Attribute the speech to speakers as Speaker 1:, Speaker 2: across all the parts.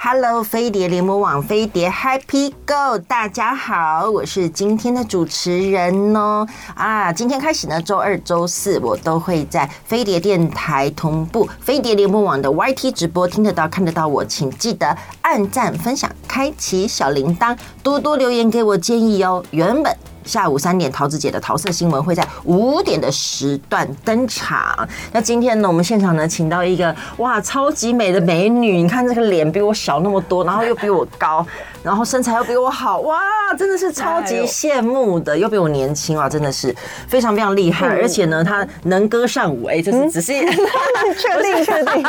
Speaker 1: Hello，飞碟联盟网飞碟 Happy Go，大家好，我是今天的主持人哦。啊，今天开始呢，周二、周四我都会在飞碟电台同步飞碟联盟网的 YT 直播，听得到、看得到我，请记得按赞、分享、开启小铃铛，多多留言给我建议哦。原本。下午三点，桃子姐的桃色新闻会在五点的时段登场。那今天呢，我们现场呢，请到一个哇超级美的美女，你看这个脸比我小那么多，然后又比我高，然后身材又比我好，哇，真的是超级羡慕的，又比我年轻啊，真的是非常非常厉害。
Speaker 2: 嗯
Speaker 1: 而且呢，她能歌善舞，哎，这是 只是
Speaker 2: 确定确 定，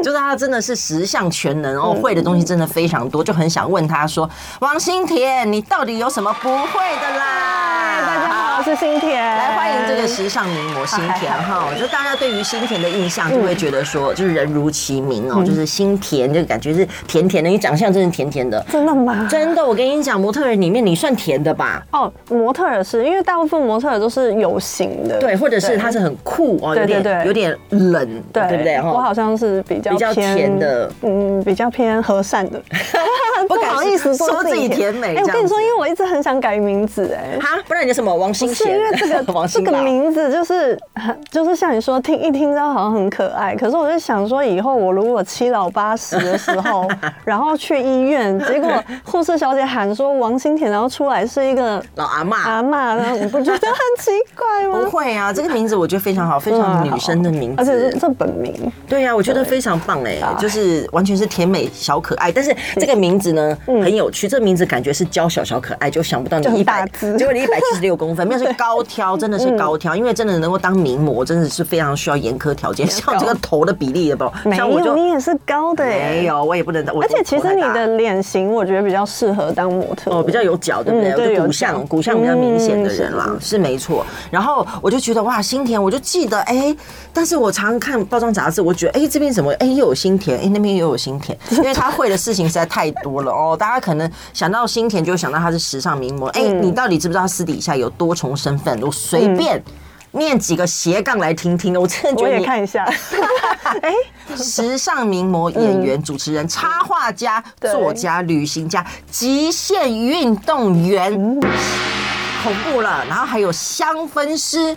Speaker 1: 就是她真的是十项全能
Speaker 2: 嗯
Speaker 1: 哦，会的东西真的非常多，就很想问她说，王心田，你到底有什么不会的啦？
Speaker 2: 嗨，大家好，我是新田，
Speaker 1: 来欢迎这个时尚名模新田哈，就大家对于新田的印象
Speaker 2: 嗯
Speaker 1: 就会觉得说，就是人如其名哦，就是新田，就感觉是甜甜的，你长相真的甜甜的，
Speaker 2: 真的吗？
Speaker 1: 真的，我跟你讲，模特儿里面你算甜的吧？
Speaker 2: 哦，模特儿是因为大部分模特儿都是有型的，
Speaker 1: 对，或者是她是很酷哦，有
Speaker 2: 对
Speaker 1: 点
Speaker 2: 对对
Speaker 1: 有点冷，
Speaker 2: 对
Speaker 1: 对不哦对
Speaker 2: 我
Speaker 1: 哈？
Speaker 2: 好像是比较
Speaker 1: 比较
Speaker 2: 偏
Speaker 1: 甜的，
Speaker 2: 嗯，比较偏和善的，
Speaker 1: 不敢
Speaker 2: 好意思
Speaker 1: 说自己甜美
Speaker 2: 哎，我
Speaker 1: 这
Speaker 2: 跟
Speaker 1: 样
Speaker 2: 你
Speaker 1: 子
Speaker 2: 说，因为我一直很想改名字，哎。
Speaker 1: 哈，不然你叫什么王心
Speaker 2: 是
Speaker 1: 贤？
Speaker 2: 因为 这
Speaker 1: 王
Speaker 2: 个这
Speaker 1: 心
Speaker 2: 个
Speaker 1: 吧
Speaker 2: 名字就是很就是像你说听一听到好像很可爱，可是我就想说以后我如果七老八十的时候， 然后去医院，结果护士小姐喊说王心田，然后出来是一个
Speaker 1: 老阿妈
Speaker 2: 阿。嬷，然后你不觉得很奇怪吗？
Speaker 1: 不会啊，这个名字我觉得非常好，非常女生的名字，
Speaker 2: 嗯而且这本名
Speaker 1: 对啊呀、我觉得非常棒哎、
Speaker 2: 啊嗯
Speaker 1: 就是完全是甜美小可爱。但是这个名字呢，很有趣，这名字感觉是娇小小可爱，就想不到
Speaker 2: 就
Speaker 1: 你一
Speaker 2: 很
Speaker 1: 百
Speaker 2: 大，只嗯
Speaker 1: 结果你一百七十六公分，没有是高挑，真 的是高挑，因为真的能够当名模，真的是非常需要严苛条件，像这个头的比例的吧，
Speaker 2: 没
Speaker 1: 像我
Speaker 2: 有，
Speaker 1: 就
Speaker 2: 你也是高的
Speaker 1: 没
Speaker 2: 耶。
Speaker 1: 有，我也不能当。我
Speaker 2: 而且其
Speaker 1: 我
Speaker 2: 实
Speaker 1: 头
Speaker 2: 你
Speaker 1: 太大
Speaker 2: 的脸型，我觉得比较适合当模特。
Speaker 1: 哦，比较有脚，对不对？
Speaker 2: 嗯对
Speaker 1: 我就
Speaker 2: 有
Speaker 1: 骨
Speaker 2: 脚
Speaker 1: 相，骨相比较明显的人啦，
Speaker 2: 嗯
Speaker 1: 是没错。然后我就觉得哇，新田，我就记得哎、但是我常看包装杂志，我觉得哎、这边怎么哎、又有新田，哎、那边又有新田，因为他会的事情实在太多了哦。大家可能想到新田，就想到他是时尚名模。哎、
Speaker 2: 嗯
Speaker 1: 你到底知不知道他私底下有多重身份？我随便。念几个斜杠来听听，我真的觉
Speaker 2: 我
Speaker 1: 得
Speaker 2: 也
Speaker 1: 你
Speaker 2: 看 一下。哎，
Speaker 1: 时尚名模、演员、主持人、插画家、
Speaker 2: 对
Speaker 1: 作家、旅行家、极限运动员，
Speaker 2: 嗯
Speaker 1: 恐怖了。然后还有香氛师。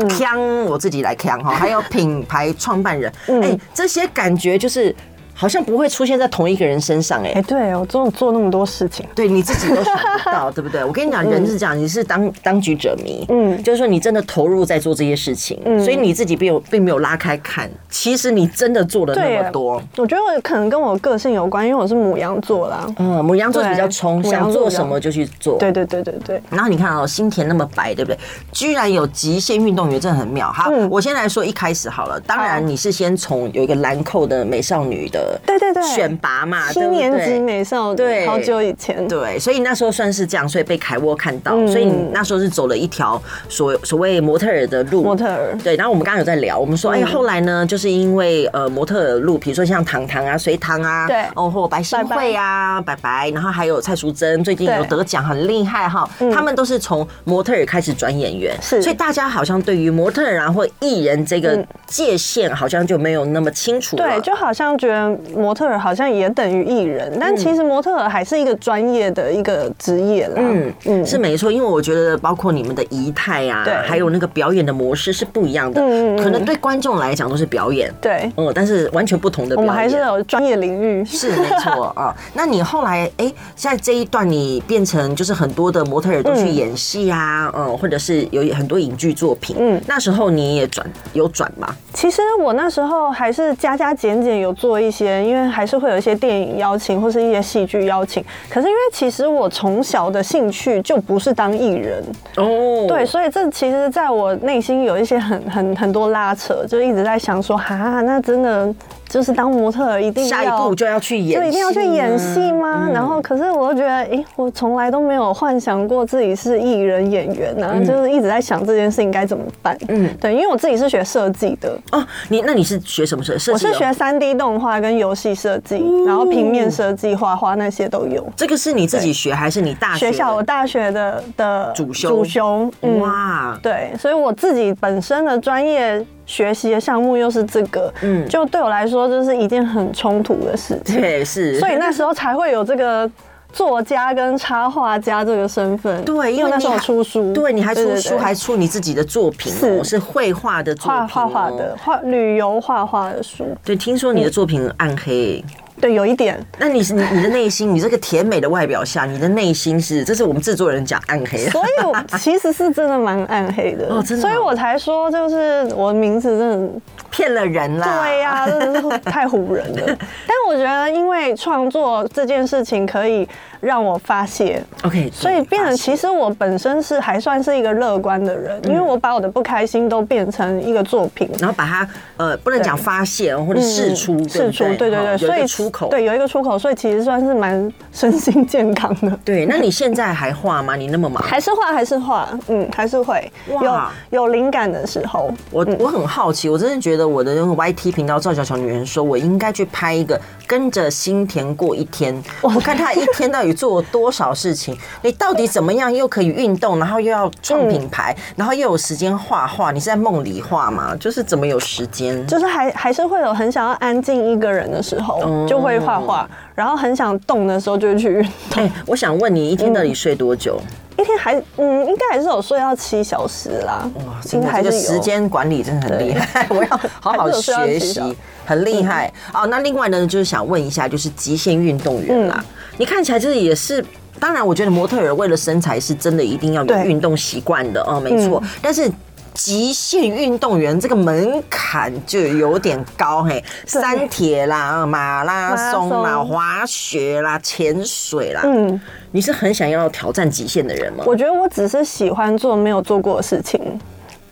Speaker 2: 嗯
Speaker 1: 锵，我自己来锵 哈，还有品牌创办人，
Speaker 2: 嗯
Speaker 1: 哎，这些感觉就是好像不会出现在同一个人身上，哎，
Speaker 2: 哎，对我做做那么多事情，
Speaker 1: 对你自己都想不到，对不 对？我跟你讲，人是这样，你是当当局者迷，嗯，
Speaker 2: 嗯
Speaker 1: 就是说你真的投入在做这些事情，所以你自己并有并没有拉开看，其实你真的做了
Speaker 2: 对啊
Speaker 1: 那么
Speaker 2: 耶
Speaker 1: 多，
Speaker 2: 我觉得我可能跟我个性有关，因为我是母羊座啦。
Speaker 1: 嗯，母羊座比较冲，
Speaker 2: 对
Speaker 1: 想
Speaker 2: 母羊座
Speaker 1: 做
Speaker 2: 比较
Speaker 1: 什么就去做。
Speaker 2: 对对对对对，
Speaker 1: 然后你看哦，新田那么白，对不对？居然有极限运动员，真的很妙。好，
Speaker 2: 嗯
Speaker 1: 我先来说一开始好了。当然，
Speaker 2: 好
Speaker 1: 你是先从有一个兰蔻的美少女的
Speaker 2: 对对对
Speaker 1: 选拔嘛，
Speaker 2: 七
Speaker 1: 对不
Speaker 2: 年级
Speaker 1: 对？
Speaker 2: 美少
Speaker 1: 对
Speaker 2: 女，好久以前。
Speaker 1: 对，所以那时候算是这样，所以被凯沃看到，
Speaker 2: 嗯
Speaker 1: 所以你那时候是走了一条所所谓模特儿的路。
Speaker 2: 模特儿嗯
Speaker 1: 对，然后我们刚刚有在聊，我们说，哎，后来呢，就是因为呃模特儿路，比如说像糖糖啊、隋唐啊，
Speaker 2: 对
Speaker 1: 哦或白新慧啊、白白，然后还有蔡淑珍，最近有
Speaker 2: 对嗯
Speaker 1: 得奖，很厉害哈。他们都是从模特儿开始转演员，
Speaker 2: 是嗯
Speaker 1: 所以大家好像对于模特儿啊或艺人这个界限好像就没有那么清楚了。
Speaker 2: 对，就好像觉得模特儿好像也等于艺人，
Speaker 1: 嗯
Speaker 2: 但其实模特儿还是一个专业的一个职业啦。
Speaker 1: 嗯嗯，是没错，因为我觉得包括你们的仪态啊
Speaker 2: 对，
Speaker 1: 还有那个表演的模式是不一样的，
Speaker 2: 嗯嗯嗯
Speaker 1: 可能对观众来讲都是表演，
Speaker 2: 对，
Speaker 1: 嗯，但是完全不同的
Speaker 2: 我
Speaker 1: 表演。
Speaker 2: 们还是有专业领域。
Speaker 1: 是没错 啊、那你后来哎、在这一段你变成就是很多的模特儿都去演戏啊，嗯或者是有很多影剧作品，嗯
Speaker 2: 嗯，
Speaker 1: 那时候你也转有转嘛，
Speaker 2: 其实我那时候还是加加减减有做一些，因为还是会有一些电影邀请或是一些戏剧邀请。可是因为其实我从小的兴趣就不是当艺人，
Speaker 1: 哦，
Speaker 2: 对，所以这其实在我内心有一些很很很多拉扯，就一直在想说，哈，那真的就是当模特儿一定要
Speaker 1: 下一步就要去演、嗯
Speaker 2: 就一定要去演嗯戏。吗？然后，可是我又觉得，诶、我从来都没有幻想过自己是艺人演员啊，就是一直在想这件事情该怎么办。
Speaker 1: 嗯
Speaker 2: 嗯，对，因为我自己是学设计的，
Speaker 1: 哦，你那你是学什么设设
Speaker 2: 我
Speaker 1: 计哦？
Speaker 2: 是学三 D 动画跟游戏设计，然后平面设计、画画那些都有。
Speaker 1: 这个是你自己学还是你大学
Speaker 2: 学
Speaker 1: 的
Speaker 2: 校我大学的的
Speaker 1: 主修
Speaker 2: 主修，嗯，
Speaker 1: 哇，
Speaker 2: 对，所以我自己本身的专业学习的项目又是这个，
Speaker 1: 嗯
Speaker 2: 嗯，就对我来说就是一件很冲突的事 情，
Speaker 1: 对，是，
Speaker 2: 所以那时候才会有这个作家跟插画家这个身份，
Speaker 1: 对，因
Speaker 2: 因
Speaker 1: 为
Speaker 2: 为那时
Speaker 1: 你
Speaker 2: 候有
Speaker 1: 还
Speaker 2: 出书，
Speaker 1: 对，你还出
Speaker 2: 对对
Speaker 1: 书，
Speaker 2: 对
Speaker 1: 还出你自己的作品哦，
Speaker 2: 是
Speaker 1: 是绘画的作品、
Speaker 2: 画
Speaker 1: 哦，
Speaker 2: 画画的。嗯画旅游画画的书，
Speaker 1: 对，听说你的作品暗黑，
Speaker 2: 对，有 一点
Speaker 1: 那你是你你的内心，你这个甜美的外表下，你的内心是，这是我们制作人讲暗黑。啊
Speaker 2: 所以我其实是真的蛮暗黑的，
Speaker 1: 哦真的吗
Speaker 2: 所以我才说就是我名字真的
Speaker 1: 骗了人啦！
Speaker 2: 对 呀、真的是太唬人了。但我觉得因为创作这件事情可以让我发泄，
Speaker 1: ，OK，
Speaker 2: 所以变
Speaker 1: 发
Speaker 2: 成
Speaker 1: 现
Speaker 2: 其实我本身是还算是一个乐观的人，因为我把我的不开心都变成一个作品。
Speaker 1: 然后把它呃，不能讲发泄或者释出，
Speaker 2: 嗯
Speaker 1: 对
Speaker 2: 释
Speaker 1: 不
Speaker 2: 出，对对
Speaker 1: 哦有
Speaker 2: 对，
Speaker 1: 一个
Speaker 2: 所以
Speaker 1: 出口。
Speaker 2: 对有一个出口，所以其实算是蛮身心健康的。
Speaker 1: 对，那你现在还画吗？你那么忙，
Speaker 2: 还是画，还是画，嗯，还是会有
Speaker 1: 哇
Speaker 2: 有灵感的时候，
Speaker 1: 我我很好奇，我真的觉得我的那个 YT 频道“赵小小女人说”，我应该去拍一个跟着新田过一天，我看她一天到底做了多少事情，你到底怎么样又可以运动，然后又要创品牌，然后又有时间画画，你是在梦里画吗？就是怎么有时间？
Speaker 2: 就是还还是会有很想要安静一个人的时候，就会画画，然后很想动的时候就会去运动。
Speaker 1: 哎、我想问你，一天到底睡多久？
Speaker 2: 一天还嗯，应该还是有睡到七小时啦，
Speaker 1: 哇，真
Speaker 2: 应
Speaker 1: 的
Speaker 2: 该
Speaker 1: 这个
Speaker 2: 还是
Speaker 1: 时
Speaker 2: 有。
Speaker 1: 间管理真的很厉 害，我要好好学习，很
Speaker 2: 嗯
Speaker 1: 厉害哦。那另外呢，就是想问一下，就是极限运动员
Speaker 2: 嗯
Speaker 1: 啦，你看起来就是也是。当然，我觉得模特儿为了身材是真的一定要有
Speaker 2: 对嗯
Speaker 1: 运动习惯的哦，没错。但是极限运动员这个门槛就有点高嘿， 三铁啦、呃马拉松
Speaker 2: 马
Speaker 1: 啦、
Speaker 2: 拉松
Speaker 1: 滑雪啦、潜水啦，
Speaker 2: 嗯，
Speaker 1: 你是很想要挑战极限的人吗？
Speaker 2: 我觉得我只是喜欢做没有做过的事情，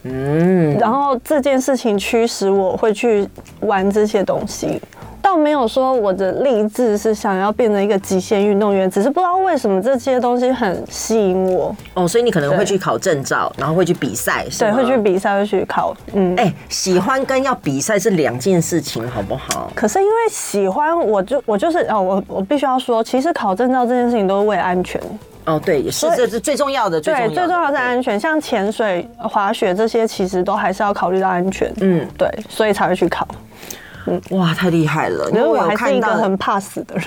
Speaker 1: 嗯，
Speaker 2: 然后这件事情驱使我会去玩这些东西，倒没有说我的励志是想要变成一个极限运动员，只是不知道为什么这些东西很吸引我，
Speaker 1: 哦，所以你可能会
Speaker 2: 对
Speaker 1: 去考证照，然后会去比赛，是
Speaker 2: 对，
Speaker 1: 吗
Speaker 2: 会去。比赛，会去考，嗯。
Speaker 1: 哎、喜欢跟要比赛是两件事情，好不好？
Speaker 2: 可是因为喜欢，我就我就是哦，我我必须要说，其实考证照这件事情都是为了安全，
Speaker 1: 哦，对，也是，
Speaker 2: 所以
Speaker 1: 这是最重要的，最重
Speaker 2: 对，
Speaker 1: 要的，
Speaker 2: 最重要的是安全。像潜水、滑雪这些，其实都还是要考虑到安全，
Speaker 1: 嗯
Speaker 2: 嗯，对，所以才会去考。
Speaker 1: 哇，太厉害了！因为
Speaker 2: 因为我
Speaker 1: 我有
Speaker 2: 还是
Speaker 1: 看
Speaker 2: 一个
Speaker 1: 到，
Speaker 2: 很怕死的人，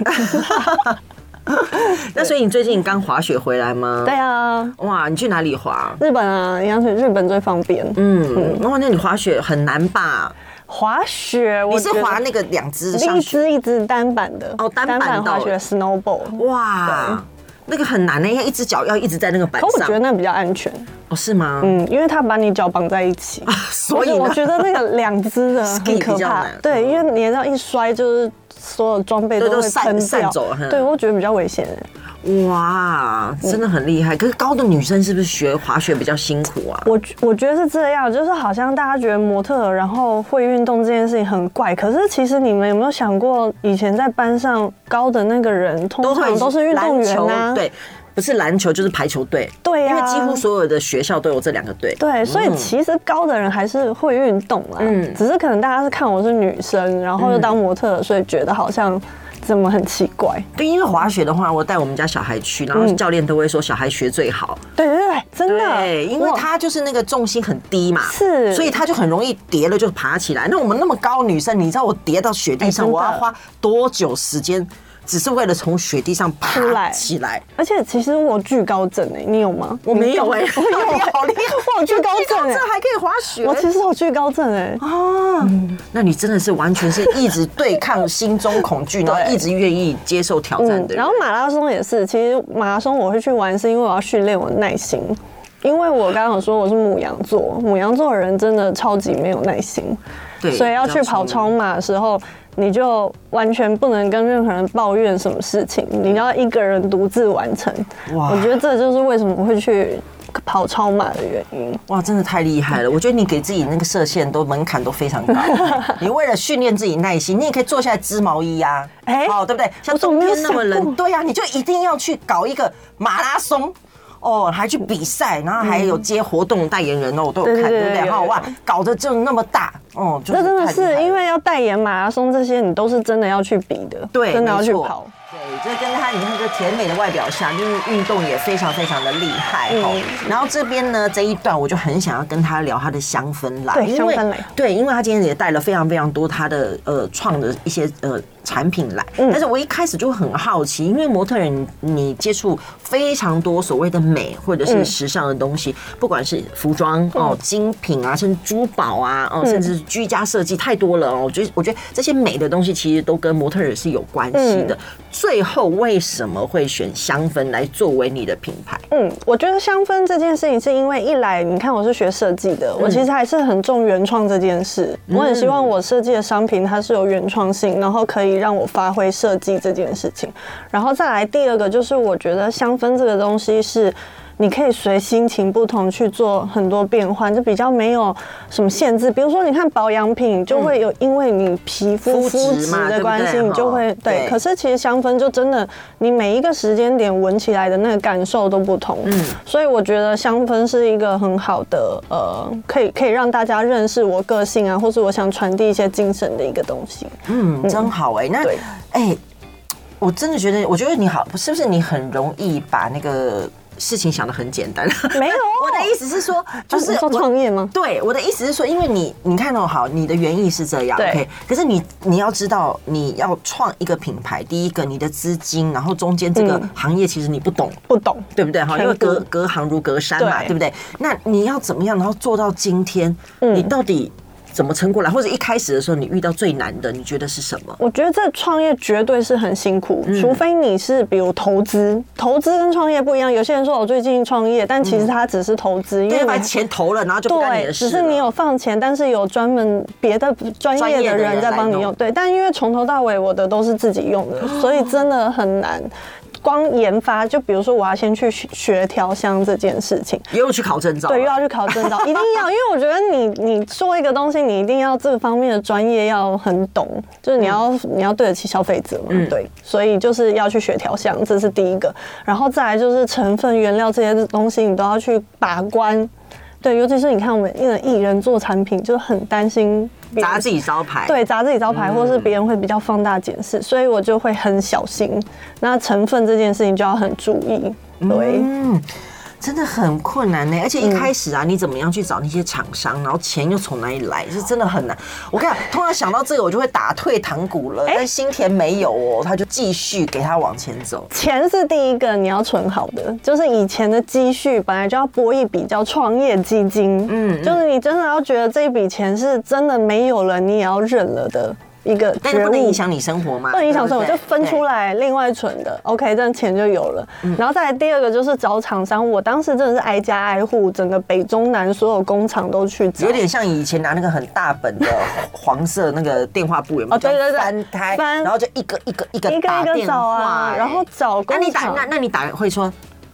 Speaker 1: 那所以你最近刚滑雪回来吗？
Speaker 2: 对。啊。
Speaker 1: 哇，你去哪里滑？
Speaker 2: 日本啊，你要去日本最方便。
Speaker 1: 嗯，哇，那你滑雪很难吧？
Speaker 2: 滑雪，
Speaker 1: 你
Speaker 2: 我
Speaker 1: 是
Speaker 2: 觉得
Speaker 1: 滑那个两只上
Speaker 2: 一
Speaker 1: 去？
Speaker 2: 只一只单板的
Speaker 1: 哦单板道
Speaker 2: 滑雪
Speaker 1: 哎
Speaker 2: snowball，
Speaker 1: 哇，那个很难呢、要一只脚要一直在那个板
Speaker 2: 可我
Speaker 1: 上
Speaker 2: 觉得。那比较安全，
Speaker 1: 哦，是吗？
Speaker 2: 嗯，因为它把你脚绑在一起，
Speaker 1: 啊所以
Speaker 2: 我
Speaker 1: 呢，
Speaker 2: 觉得那个两 只的
Speaker 1: Ski
Speaker 2: 很可
Speaker 1: 比较
Speaker 2: 怕
Speaker 1: 难，嗯
Speaker 2: 对，因为你知道一摔就是所有装备
Speaker 1: 对
Speaker 2: 都
Speaker 1: 都
Speaker 2: 会
Speaker 1: 散
Speaker 2: 喷
Speaker 1: 散
Speaker 2: 掉
Speaker 1: 走嗯，
Speaker 2: 对我觉得比较危险。欸
Speaker 1: 哇，真的很厉害。可是高的女生是不是学滑雪比较辛苦啊？
Speaker 2: 我觉我觉得是这样，就是好像大家觉得模特儿然后会运动这件事情很怪，可是其实你们有没有想过，以前在班上高的那个人通常都是运动员
Speaker 1: 篮球
Speaker 2: 啊，
Speaker 1: 对，不是篮球就是排球队，
Speaker 2: 对
Speaker 1: 因
Speaker 2: 呀、
Speaker 1: 为几乎所有的学校都有这两个队。
Speaker 2: 对，所以其实高的人还是会运动啦，
Speaker 1: 嗯
Speaker 2: 只是可能大家是看我是女生，然后又当模特儿，所以觉得好像怎么很奇怪，
Speaker 1: 对，因为滑雪的话，我带我们家小孩去，然后教练都会说小孩学最好，
Speaker 2: 对对对，嗯真的，
Speaker 1: 对，因为
Speaker 2: 我
Speaker 1: 他就是那个重心很低嘛，
Speaker 2: 是
Speaker 1: 所以他就很容易跌了就爬起来。那我们那么高女生，你知道我跌到雪地
Speaker 2: 哎
Speaker 1: 上，
Speaker 2: 真的
Speaker 1: 我要花多久时间，只是为了从雪地上爬
Speaker 2: 出来
Speaker 1: 起来？
Speaker 2: 而且其实我有惧高症哎、你有吗？
Speaker 1: 我没有哎、
Speaker 2: 我有
Speaker 1: 你好厉害，
Speaker 2: 我有惧高症哎、
Speaker 1: 这还可以滑雪，
Speaker 2: 我其实有惧高症哎、
Speaker 1: 啊，那你真的是完全是一直对抗心中恐 惧，然后一直愿意接受挑战的人。
Speaker 2: 嗯然后马拉松也是，其实马拉松我会去玩，是因为我要训练我的耐心。因为我刚刚有说我是母羊座，母羊座的人真的超级没有耐心，
Speaker 1: 对
Speaker 2: 所以要去
Speaker 1: 超
Speaker 2: 跑超马的时候，你就完全不能跟任何人抱怨什么事情，你要一个人独自完成。
Speaker 1: 哇
Speaker 2: 我觉得这就是为什么会去跑超马的原因。
Speaker 1: 哇，真的太厉害了！我觉得你给自己那个射线都门槛都非 常高。你为了训练自己耐心，你也可以做下来织毛衣呀、啊，
Speaker 2: 哎
Speaker 1: 哦，对不对？像
Speaker 2: 我怎么
Speaker 1: 冬
Speaker 2: 没有
Speaker 1: 天那么
Speaker 2: 想
Speaker 1: 冷，
Speaker 2: 过
Speaker 1: 对呀、啊你就一定要去搞一个马拉松。哦，还去比赛，然后还有接活动代言人哦，我都有
Speaker 2: 嗯对对
Speaker 1: 看，
Speaker 2: 对
Speaker 1: 对不
Speaker 2: 对
Speaker 1: 对？
Speaker 2: 有
Speaker 1: 哈，
Speaker 2: 有
Speaker 1: 哇，搞得就那么大，哦，就
Speaker 2: 那真
Speaker 1: 太
Speaker 2: 的
Speaker 1: 厉害
Speaker 2: 是
Speaker 1: 了
Speaker 2: 因为要代言马拉松这些，你都是真的要去比的，
Speaker 1: 对，
Speaker 2: 真的要
Speaker 1: 没
Speaker 2: 去
Speaker 1: 错
Speaker 2: 跑。
Speaker 1: 对这跟他你看这甜美的外表下，因为运动也非常非常的厉害哦。
Speaker 2: 嗯
Speaker 1: 然后这边呢这一段我就很想要跟他聊他的香氛啦，
Speaker 2: 对
Speaker 1: 因为
Speaker 2: 香氛蕾
Speaker 1: 对，因为他今天也带了非常非常多他的呃创的一些呃产品来，
Speaker 2: 嗯
Speaker 1: 但是我一开始就很好奇，因为模特人你接触非常多所谓的美或者是
Speaker 2: 嗯
Speaker 1: 时尚的东西，不管是服装哦、精品啊，甚至珠宝啊，
Speaker 2: 嗯
Speaker 1: 哦，甚至是居家设计，太多了哦。我觉得我觉得这些美的东西其实都跟模特儿是有关系
Speaker 2: 嗯
Speaker 1: 的。最后为什么会选香氛来作为你的品牌？
Speaker 2: 嗯，我觉得香氛这件事情是因为一来，你看我是学设计的，我其实还是很重原创这件事。我很希望我设计的商品它是有原创性，然后可以让我发挥设计这件事情。然后再来第二个就是，我觉得香氛这个东西是。你可以随心情不同去做很多变换，就比较没有什么限制。比如说，你看保养品就会有，因为你皮肤
Speaker 1: 肤质
Speaker 2: 肤质
Speaker 1: 嘛对
Speaker 2: 的
Speaker 1: 不
Speaker 2: 关
Speaker 1: 对
Speaker 2: 系，你就
Speaker 1: 哈
Speaker 2: 会对
Speaker 1: 对。
Speaker 2: 可是其实香氛就真的，你每一个时间点闻起来的那个感受都不同。嗯，所以我觉得香氛是一个很好的呃，可以可以让大家认识我个性啊，或是我想传递一些精神的一个东西。
Speaker 1: 嗯，真好哎、那
Speaker 2: 对
Speaker 1: 哎、我真的觉得，我觉得你好，是不是你很容易把那个事情想得很简单？
Speaker 2: 没有
Speaker 1: 我的意思是说，就是
Speaker 2: 啊你说
Speaker 1: 我
Speaker 2: 创业吗？
Speaker 1: 对，我的意思是说，因为你你看哦，好，你的原意是这样
Speaker 2: 对
Speaker 1: ，OK，可是你你要知道，你要创一个品牌，第一个你的资金，然后中间这个
Speaker 2: 嗯
Speaker 1: 行业其实你不懂。
Speaker 2: 不懂。
Speaker 1: 对不对？哈，
Speaker 2: 全
Speaker 1: 因为隔
Speaker 2: 部
Speaker 1: 隔行如隔山嘛，对
Speaker 2: 对
Speaker 1: 不对？那你要怎么样，然后做到今天？你到底怎么撑过来？或者一开始的时候，你遇到最难的，你觉得是什么？
Speaker 2: 我觉得这创业绝对是很辛苦，
Speaker 1: 嗯
Speaker 2: 除非你是比如投资，投资跟创业不一样。有些人说我最近创业，但其实他只是投资，因
Speaker 1: 因为
Speaker 2: 为
Speaker 1: 嗯把
Speaker 2: 你
Speaker 1: 钱投了，然后就不干你
Speaker 2: 对，
Speaker 1: 的
Speaker 2: 只
Speaker 1: 事
Speaker 2: 是
Speaker 1: 了
Speaker 2: 你有放钱，但是有专门别的专业的人在帮
Speaker 1: 专业的人来
Speaker 2: 你用
Speaker 1: 弄。
Speaker 2: 对，但因为从头到尾我的都是自己用的，所以真的很难。光研发，就比如说我要先去学学调香这件事情，
Speaker 1: 又去考证照了，
Speaker 2: 对，又要去考证照， 一定要，因为我觉得你你做一个东西，你一定要这方面的专业要很懂，就是你要、
Speaker 1: 嗯
Speaker 2: 你要对得起消费者嘛，对，所以就是要去学调香，这是第一个，然后再来就是成分、原料这些东西，你都要去把关。对，尤其是你看我们艺人艺人做产品，就很担心别人
Speaker 1: 砸自己嗯招牌。
Speaker 2: 对，砸自己招牌，或是别人会比较放大检视，所以我就会很小心。那成分这件事情就要很注意，对。
Speaker 1: 嗯，真的很困难呢、而且一开始
Speaker 2: 嗯
Speaker 1: 啊，你怎么样去找那些厂商，然后钱又从哪里来，是真的很难。我跟你讲，突然想到这个，我就会打退堂鼓了。但新田没有哦，他就继续给他往前走。
Speaker 2: 钱是第一个你要存好的，就是以前的积蓄本来就要拨一笔叫创业基金，嗯，就是你真的要觉得这一笔钱是真的没有了，你也要认了的一个
Speaker 1: 但是
Speaker 2: 觉
Speaker 1: 不能
Speaker 2: 悟
Speaker 1: 影。响你生活嘛？
Speaker 2: 不能影响
Speaker 1: 对
Speaker 2: 生
Speaker 1: 不
Speaker 2: 活，
Speaker 1: 对
Speaker 2: 就分出。来，另外存的，OK，这样钱就有了。
Speaker 1: 嗯
Speaker 2: 然后再来第二个就是找厂商，我当时真的是挨家挨户，整个北中南所有工厂都去
Speaker 1: 对
Speaker 2: 找
Speaker 1: 有。点像以前拿那个很大本的黄色那个电话簿，有没有？
Speaker 2: 哦对对对
Speaker 1: 翻开，
Speaker 2: 翻
Speaker 1: 然后就一个一个一个
Speaker 2: 一个
Speaker 1: 打
Speaker 2: 一个
Speaker 1: 电
Speaker 2: 找啊
Speaker 1: 话欸
Speaker 2: 然后找
Speaker 1: 那你打
Speaker 2: 工厂
Speaker 1: 那那你打会说，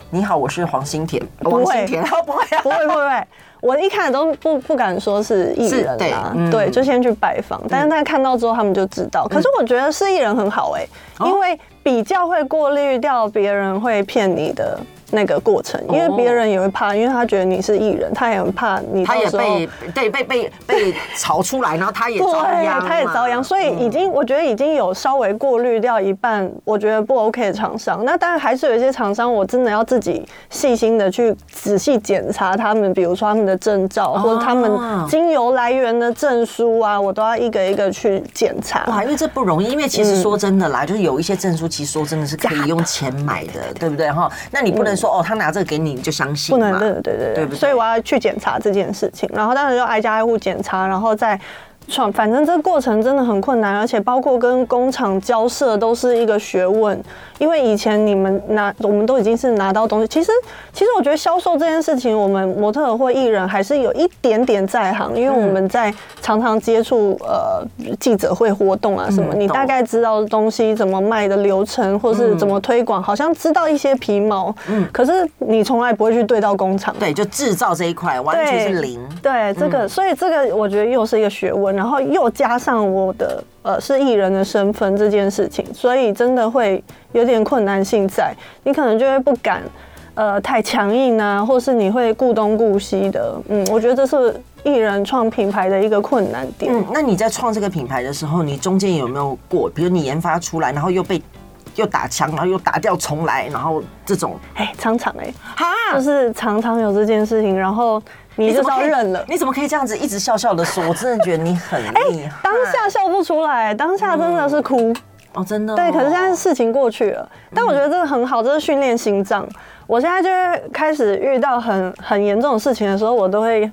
Speaker 1: 你好，我是黄新田，呃王
Speaker 2: 不会
Speaker 1: 新田， 哦不会啊，
Speaker 2: 不会不会不会，我一开始都不不敢说是艺人
Speaker 1: 是对
Speaker 2: 啦，
Speaker 1: 嗯
Speaker 2: 对，就先去拜访，但是大家看到之后他们就知道。可是我觉得是艺人很好哎、
Speaker 1: 哦
Speaker 2: 因为比较会过滤掉别人会骗你的。那个过程，因为
Speaker 1: 哦
Speaker 2: 别人也会怕，因为他觉得你是艺人，他也很怕你到
Speaker 1: 他也
Speaker 2: 时候
Speaker 1: 被对被被被炒出来，然后他也遭殃嘛，嗯
Speaker 2: 对，他也遭殃，所以已经、我觉得已经有稍微过滤掉一半，我觉得不 OK 的厂商。那当然还是有一些厂商，我真的要自己细心的去仔细检查他们，比如说他们的证照、或者他
Speaker 1: 哦
Speaker 2: 们精油来源的证书啊，我都要一个一个去检查。
Speaker 1: 哇，因为这不容易，因为其
Speaker 2: 嗯
Speaker 1: 实说真的啦，就是有一些证书，其实说真的是可以用钱买的，对不对哈？那你不能说哦，他拿这个给你，你就相信
Speaker 2: 嗯不
Speaker 1: 嘛，
Speaker 2: 能，对对对对
Speaker 1: 对不对
Speaker 2: 所以我要去检查这件事情，然后当然就挨家挨户检查，然后再创，反正这过程真的很困难，而且包括跟工厂交涉都是一个学问，因为以前你们拿，我们都已经是拿到东西，其实其实我觉得销售这件事情，我们模特儿或艺人还是有一点点在行，因为我
Speaker 1: 嗯
Speaker 2: 们在常常接触呃记者会活动啊什么，
Speaker 1: 嗯
Speaker 2: 你
Speaker 1: 懂
Speaker 2: 大概知道东西怎么卖的流程，或是怎么推广，好像知道一些皮毛，嗯，可是你从来不会去对到工厂，
Speaker 1: 对，就制造这一块完全是零。嗯
Speaker 2: 对这个，所以这个我觉得又是一个学问，然后又加上我的呃是艺人的身份这件事情，所以真的会有点困难性在，你可能就会不敢呃太强硬啊，或是你会顾东顾西的，嗯，我觉得这是艺人创品牌的一个困难点。
Speaker 1: 嗯嗯，那你在创这个品牌的时候，你中间有没有过，比如你研发出来，然后又被又打枪，然后又打掉重来，然后这种
Speaker 2: 哎、常常哎、
Speaker 1: 哈，
Speaker 2: 就是常常有这件事情，然后你就
Speaker 1: 怎
Speaker 2: 是
Speaker 1: 么
Speaker 2: 要
Speaker 1: 可以
Speaker 2: 认了。哎
Speaker 1: 你怎么可以这样子一直笑笑的说？我真的觉得你很厉 害。
Speaker 2: 当下笑不出来，当下真的是哭。
Speaker 1: 哦，真的哦、嗯
Speaker 2: 对，可是现在事情过去了，但我觉得这个很好，这是训练心脏。我现在就会开始遇到很很严重的事情的时候，我都会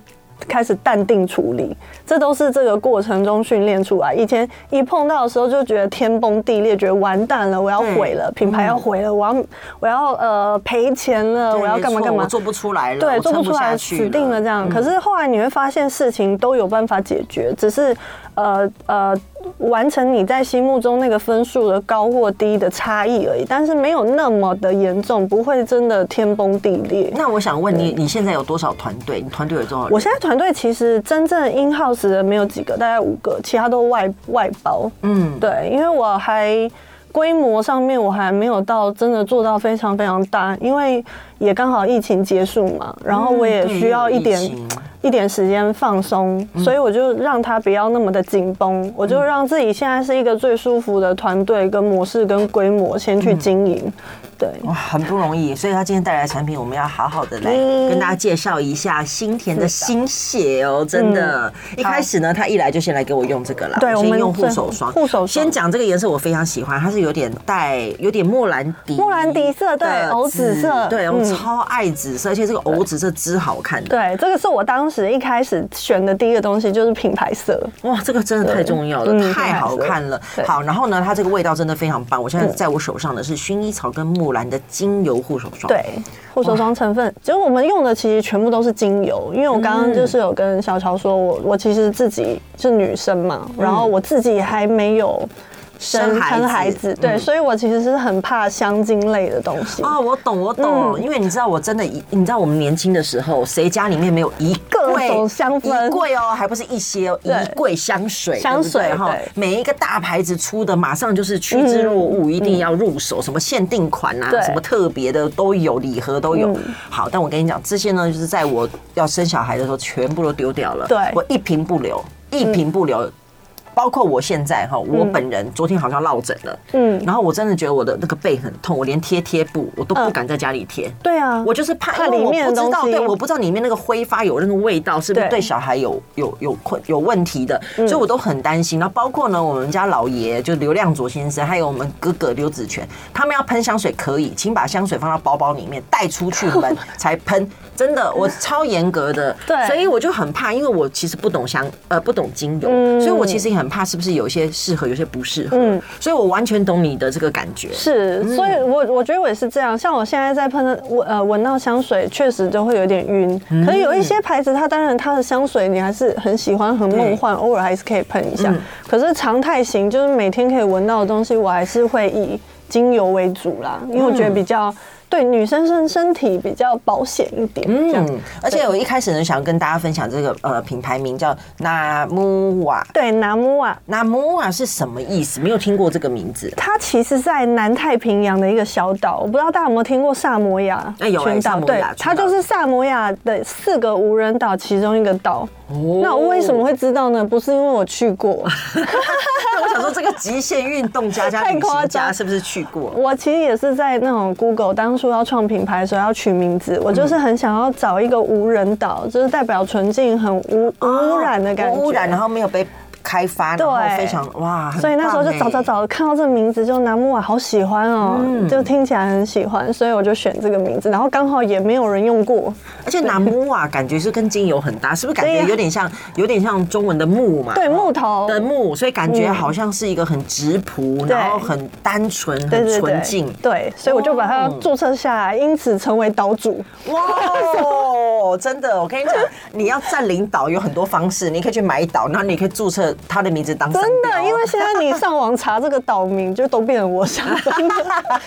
Speaker 2: 开始淡定处理，这都是这个过程中训练出来。以前一碰到的时候就觉得天崩地裂，觉得完蛋了，我要
Speaker 1: 对
Speaker 2: 毁了，品牌要毁了，我要我要呃赔钱了，
Speaker 1: 对
Speaker 2: 我要干嘛
Speaker 1: 没错
Speaker 2: 干嘛
Speaker 1: 我。做不出来了，
Speaker 2: 对，
Speaker 1: 我
Speaker 2: 做不
Speaker 1: 撑
Speaker 2: 出
Speaker 1: 下
Speaker 2: 来，
Speaker 1: 去嗯
Speaker 2: 死定了这样。可是后来你会发现，事情都有办法解决，只是呃呃，完成你在心目中那个分数的高或低的差异而已，但是没有那么的严重，不会真的天崩地裂。
Speaker 1: 那我想问你，你现在有多少团队？你团队有多少人？
Speaker 2: 我现在团队其实真正 in house 的没有几个，大概五个，其他都外外包。
Speaker 1: 嗯，
Speaker 2: 对，因为我还规模上面我还没有到真的做到非常非常大，因为也刚好疫情结束嘛，然后我也
Speaker 1: 嗯对
Speaker 2: 需要一点、
Speaker 1: 有疫情
Speaker 2: 一点时间放松，
Speaker 1: 嗯
Speaker 2: 所以我就让它不要那么的紧绷，我就让自己现在是一个最舒服的团队跟模式跟规模先去经营，
Speaker 1: 嗯
Speaker 2: 对。
Speaker 1: 哇，很不容 易。所以他今天带来的产品，我们要好好的来
Speaker 2: 嗯
Speaker 1: 跟大家介绍一下新田的新血哦，真的。一开始呢，他一来就先来给我用这个啦，
Speaker 2: 嗯对
Speaker 1: 我先
Speaker 2: 我们
Speaker 1: 用护手霜。
Speaker 2: 护手霜
Speaker 1: 先讲这个颜色，我非常喜欢，它是有点带有点莫兰迪
Speaker 2: 莫兰迪色对
Speaker 1: 的
Speaker 2: 藕紫色
Speaker 1: 对，我
Speaker 2: 嗯
Speaker 1: 超爱紫色，而且这个藕紫色之好看的。
Speaker 2: 对，这个是我当时一开始选的第一个东西，就是品牌色。
Speaker 1: 哇，这个真的太重要了，
Speaker 2: 嗯
Speaker 1: 太好看了。
Speaker 2: 对
Speaker 1: 好，然后呢，它这个味道真的非常棒。我现在在我手上的是薰衣草跟木兰的精油护手霜。
Speaker 2: 对，护手霜成分，就是我们用的其实全部都是精油，因为我刚刚就是有跟小乔说，我我其实自己是女生嘛，然后我自己还没有
Speaker 1: 生孩子
Speaker 2: 对，所以我其实是很怕香精类的东西。
Speaker 1: 哦，我懂，我懂，
Speaker 2: 嗯
Speaker 1: 因为你知道，我真的一，你知道我们年轻的时候，谁家里面没有一
Speaker 2: 各
Speaker 1: 柜
Speaker 2: 种香氛
Speaker 1: 一柜哦，还不是一些哦，
Speaker 2: 对
Speaker 1: 一柜香水，对不
Speaker 2: 香
Speaker 1: 对
Speaker 2: 水
Speaker 1: 哈
Speaker 2: 对，
Speaker 1: 每一个大牌子出的，马上就是趋之若鹜，一定要入手，什么限定款啊
Speaker 2: 对，嗯
Speaker 1: 什么特别的都有，礼盒都有。好，但我跟你讲，这些呢，就是在我要生小孩的时候，全部都丢掉了，
Speaker 2: 对
Speaker 1: 我一瓶不留，一瓶不留。包括我现在哈，我本人昨天好像落枕了，嗯
Speaker 2: 嗯，
Speaker 1: 然后我真的觉得我的那个背很痛，我连贴贴布我都不
Speaker 2: 嗯
Speaker 1: 敢在家里贴。
Speaker 2: 对啊，
Speaker 1: 我就是怕，
Speaker 2: 怕
Speaker 1: 因为
Speaker 2: 里
Speaker 1: 我
Speaker 2: 面
Speaker 1: 不
Speaker 2: 的
Speaker 1: 知道，
Speaker 2: 东西
Speaker 1: 对，我不知道里面那个挥发有那个味道是不是
Speaker 2: 对嗯
Speaker 1: 对小孩有有有困有问题的，所以我都很担心。然后包括呢，我们家老爷就刘亮佐先生，还有我们哥哥刘子权，他们要喷香水可以，请把香水放到包包里面带出去 门才喷。真的，我超严格的，
Speaker 2: 对
Speaker 1: 所以我就很怕，因为我其实不懂香，呃，不懂精油，
Speaker 2: 嗯
Speaker 1: 所以我其实也很怕是不是有一些适合，有些不适合。
Speaker 2: 嗯
Speaker 1: 所以我完全懂你的这个感觉。
Speaker 2: 是，所以我我觉得我也是这样。像我现在在喷的，我呃闻到香水，确实就会有点晕。可是有一些牌子，它当然它的香水你还是很喜欢、很梦幻，偶尔还是可以喷一下。可是常态型就是每天可以闻到的东西，我还是会以精油为主啦，因为我觉得比较对女生身身体比较保险一点。这样
Speaker 1: 嗯，而且我一开始呢，想跟大家分享这个呃品牌名叫 Namua。
Speaker 2: 对，拿木啊，
Speaker 1: Namua 是什么意思？没有听过这个名 字。
Speaker 2: 它其实，在南太平洋的一个小岛，我不知道大家有没有听过萨摩亚
Speaker 1: 哎有哎
Speaker 2: 群
Speaker 1: 萨
Speaker 2: 岛？
Speaker 1: 摩亚
Speaker 2: 对
Speaker 1: 群岛，
Speaker 2: 它就是萨摩亚的四个无人岛其中一个岛。
Speaker 1: 哦
Speaker 2: 那我为什么？会知道呢？不是因为我去 过，
Speaker 1: 我想说这个极限运动 家加
Speaker 2: 太
Speaker 1: 旅
Speaker 2: 夸
Speaker 1: 行家
Speaker 2: 张
Speaker 1: 是不是去过？
Speaker 2: 我其实也是在那种 Google 当初要创品牌的时候要取名字，我就是很想要找一个无人岛，就是代表纯净、很无无污染的感
Speaker 1: 无
Speaker 2: 觉。
Speaker 1: 啊哦污染，然后没有被开发，然后
Speaker 2: 对
Speaker 1: 非常哇，很
Speaker 2: 所以那时候就
Speaker 1: 棒欸
Speaker 2: 找找。找，看到这个名字就南木瓦好喜欢哦、
Speaker 1: 嗯
Speaker 2: 就听起来很喜欢，所以我就选这个名字。然后刚好也没有人用过，
Speaker 1: 而且 Namua 感觉是跟精油很搭，是不是感
Speaker 2: 对
Speaker 1: 觉
Speaker 2: 呀
Speaker 1: 有点像有点像中文的木嘛？
Speaker 2: 对嗯木头
Speaker 1: 的木，所以感觉好像是一个很直朴，然后很单纯、
Speaker 2: 对
Speaker 1: 很
Speaker 2: 对
Speaker 1: 纯
Speaker 2: 对，
Speaker 1: 净。
Speaker 2: 对，所以我就把它
Speaker 1: 哦
Speaker 2: 注册下来，因此成为岛 主。
Speaker 1: 哇，真的，我跟你讲，你要占领岛有很多方式，你可以去买岛，然后你可以注册他的名字当商
Speaker 2: 真
Speaker 1: 标
Speaker 2: 的，因为现在 你上网查这个岛名，就都变成我想的，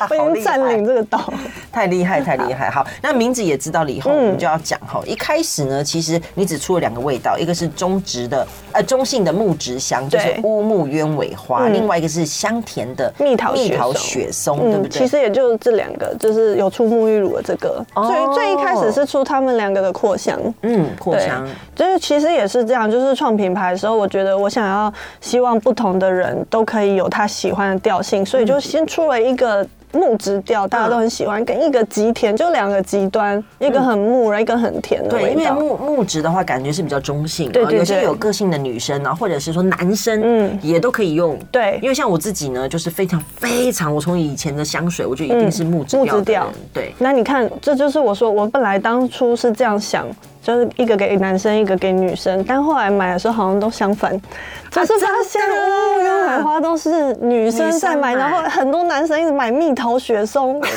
Speaker 2: 我已经占领这个岛。
Speaker 1: 太厉害，哦太厉
Speaker 2: 啊
Speaker 1: 害。好，那名字也知道了以后，我
Speaker 2: 嗯
Speaker 1: 们就要讲哈。一开始呢，其实你只出了两个味道，一个是中植的，呃，中性的木质香，就是
Speaker 2: 对
Speaker 1: 乌木鸢尾花；
Speaker 2: 嗯
Speaker 1: 另外一个是香甜的
Speaker 2: 蜜桃
Speaker 1: 蜜
Speaker 2: 雪
Speaker 1: 桃
Speaker 2: 松
Speaker 1: 雪松，对不
Speaker 2: 嗯，其
Speaker 1: 对？
Speaker 2: 实也就这两个，就是有出沐浴乳的这个，
Speaker 1: 哦
Speaker 2: 最最一开始是出他们两个的扩香，
Speaker 1: 嗯，扩
Speaker 2: 对
Speaker 1: 香。
Speaker 2: 就是其实也是这样，就是创品牌的时候，我觉得我想要希望不同的人都可以有他喜欢的调性，所以就先出了一个。木质调大家都很喜欢，跟一个极甜就两个极端，一个很木，然后一个很甜的
Speaker 1: 对，
Speaker 2: 味
Speaker 1: 因为
Speaker 2: 道。
Speaker 1: 木木质的话，感觉是比较中性啊，
Speaker 2: 对对
Speaker 1: 有些
Speaker 2: 对
Speaker 1: 有个性的女生啊，或者是说男生，嗯
Speaker 2: 嗯，
Speaker 1: 也都可以用。
Speaker 2: 对
Speaker 1: 因为像我自己呢，就是非常非常，我从以前的香水，我就一定是木质
Speaker 2: 木
Speaker 1: 调
Speaker 2: 质
Speaker 1: 的人
Speaker 2: 调，
Speaker 1: 对。
Speaker 2: 那你看，这就是我说，我本来当初是这样想，就是一个给男生，一个给女生，但后来买的时候好像都相反，啊就是发现
Speaker 1: 啊真的
Speaker 2: 哦，原来买花都是女生在买，
Speaker 1: 女生买
Speaker 2: 然后很多男生一直买蜜桃雪松，哎、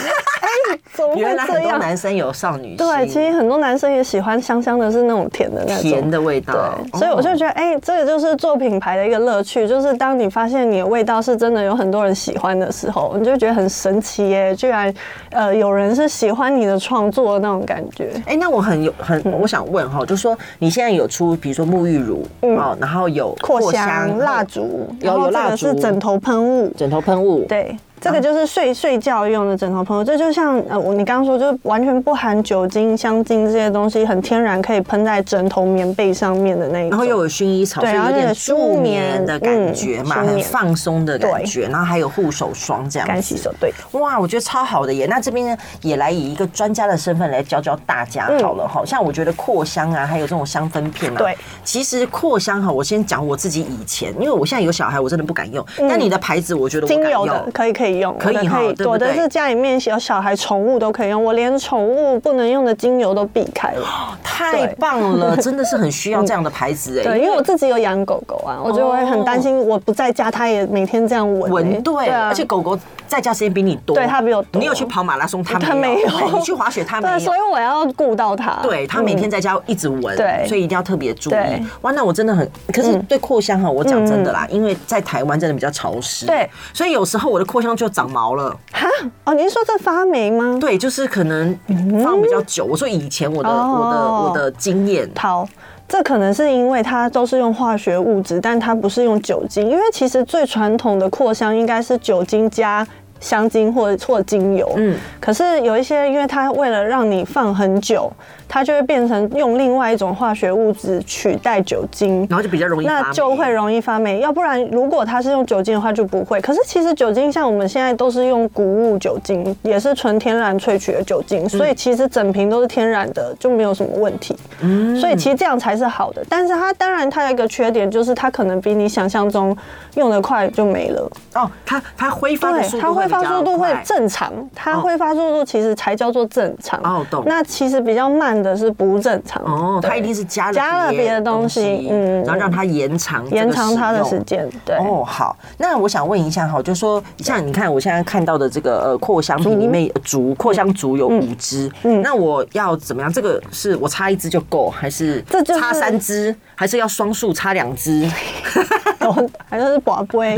Speaker 2: 怎么会
Speaker 1: 原来
Speaker 2: 这
Speaker 1: 很多
Speaker 2: 样？
Speaker 1: 男生有少女心，
Speaker 2: 对，其实很多男生也喜欢香香的，是那种甜的那种。
Speaker 1: 甜的味道，哦
Speaker 2: 对，所以我就
Speaker 1: 得
Speaker 2: 觉得，哎、这个就是做品牌的一个乐趣，就是当你发现你的味道是真的有很多人喜欢的时候，你就觉得很神奇耶，居然呃有人是喜欢你的创作的那种感觉。
Speaker 1: 哎、那我很有很，
Speaker 2: 嗯
Speaker 1: 我想问哈，就说你现在有出，比如说沐浴乳，哦，然后有
Speaker 2: 嗯扩香、蜡
Speaker 1: 烛、
Speaker 2: 烛，
Speaker 1: 嗯有有
Speaker 2: 然后这
Speaker 1: 蜡
Speaker 2: 个是
Speaker 1: 烛啊
Speaker 2: 枕头喷雾，
Speaker 1: 枕头喷雾，，
Speaker 2: 对，这个就是睡睡觉用的枕头喷雾，这就像呃我你刚刚说，就是完全不含酒精、香精这些东西，很天然可以喷在枕头、棉被上面的那一种。
Speaker 1: 然后又有薰衣草，
Speaker 2: 对
Speaker 1: 所以
Speaker 2: 然后
Speaker 1: 有点
Speaker 2: 那个
Speaker 1: 助
Speaker 2: 舒
Speaker 1: 眠的
Speaker 2: 眠
Speaker 1: 感
Speaker 2: 嗯
Speaker 1: 觉嘛，
Speaker 2: 舒
Speaker 1: 很
Speaker 2: 眠
Speaker 1: 放松的感
Speaker 2: 对
Speaker 1: 觉，然后还有护手霜这样子，
Speaker 2: 干洗手，对。
Speaker 1: 哇，我觉得超好的耶！那这边呢，也来以一个专家的身份来教教大家好了哈。像我觉得扩香啊，还有这种香氛片啊，
Speaker 2: 嗯对，
Speaker 1: 其实扩香哈，我先讲我自己以前，因为我现在有小孩，我真的不敢用。但你的牌子，我觉得我
Speaker 2: 嗯精
Speaker 1: 敢
Speaker 2: 油的
Speaker 1: 用。
Speaker 2: 可以可以用，
Speaker 1: 可以
Speaker 2: 我的
Speaker 1: 哈
Speaker 2: 可以，
Speaker 1: 对不
Speaker 2: 我的
Speaker 1: 对
Speaker 2: 是家里面有小孩、宠物都可以用，我连宠物不能用的精油都避开了。
Speaker 1: 哦太棒了，真的是很需要这样的牌子哎。
Speaker 2: 对，因为我自己有养狗狗
Speaker 1: 哦
Speaker 2: 啊，我就会很担心我不在家，它也每天这样闻、欸。
Speaker 1: 闻对，
Speaker 2: 啊
Speaker 1: 而且狗狗在家时间比你多，
Speaker 2: 对它比我多
Speaker 1: 你有去跑马拉松，它
Speaker 2: 它
Speaker 1: 没
Speaker 2: 没
Speaker 1: 有哎
Speaker 2: 有，
Speaker 1: 对你去滑雪，它没
Speaker 2: 对，
Speaker 1: 有
Speaker 2: 所以。我要顾到它。
Speaker 1: 对他每天在家一直闻，
Speaker 2: 嗯对
Speaker 1: 所以一定要特别注意
Speaker 2: 对。嗯
Speaker 1: 哇，那我真的很，可是对扩香哈，我讲真的啦，因为在台湾真的比较潮湿，
Speaker 2: 嗯对，
Speaker 1: 所以有时候我的扩香就长毛了，
Speaker 2: 哈哦，您说这发霉吗？
Speaker 1: 对，就是可能放比较久。我说以前我的我的
Speaker 2: 嗯哦
Speaker 1: 我的经验，
Speaker 2: 好，这可能是因为它都是用化学物质，但它不是用酒精，因为其实最传统的扩香应该是酒精加。香精或或精油，
Speaker 1: 嗯
Speaker 2: 嗯，可是有一些，因为它为了让你放很久，它就会变成用另外一种化学物质取代酒精，
Speaker 1: 然后就比较容易发
Speaker 2: 那
Speaker 1: 霉
Speaker 2: 就会容易发霉。要不然，如果它是用酒精的话，就不会。可是其实酒精像我们现在都是用谷物酒精，也是纯天然萃取的酒
Speaker 1: 嗯
Speaker 2: 精，所以其实整瓶都是天然的，就没有什么问题。
Speaker 1: 嗯
Speaker 2: 所以其实这样才是好的。但是它当然它有一个缺点，就是它可能比你想象中用得快就没了。
Speaker 1: 哦，它它挥发的速
Speaker 2: 对，
Speaker 1: 度
Speaker 2: 它挥发
Speaker 1: 比较
Speaker 2: 速度会
Speaker 1: 快
Speaker 2: 正常，它
Speaker 1: 哦
Speaker 2: 挥发速度其实才叫做正常。
Speaker 1: 哦懂
Speaker 2: 那其实比较慢的是不正常。
Speaker 1: 哦，它
Speaker 2: 对
Speaker 1: 一定是加了
Speaker 2: 加了别的东西嗯
Speaker 1: 然后让它延长这个
Speaker 2: 延长它的
Speaker 1: 使
Speaker 2: 时
Speaker 1: 用
Speaker 2: 间。对。
Speaker 1: 哦，好，那我想问一下哈，就说像你看我现在看到的这个呃扩香瓶里面呃竹扩香竹有
Speaker 2: 嗯
Speaker 1: 五支，那我要怎么样？这个是我插一支就够，还是
Speaker 2: 这就是
Speaker 1: 插三支，还是要双数插两 支？ 哦
Speaker 2: 还是宝贝。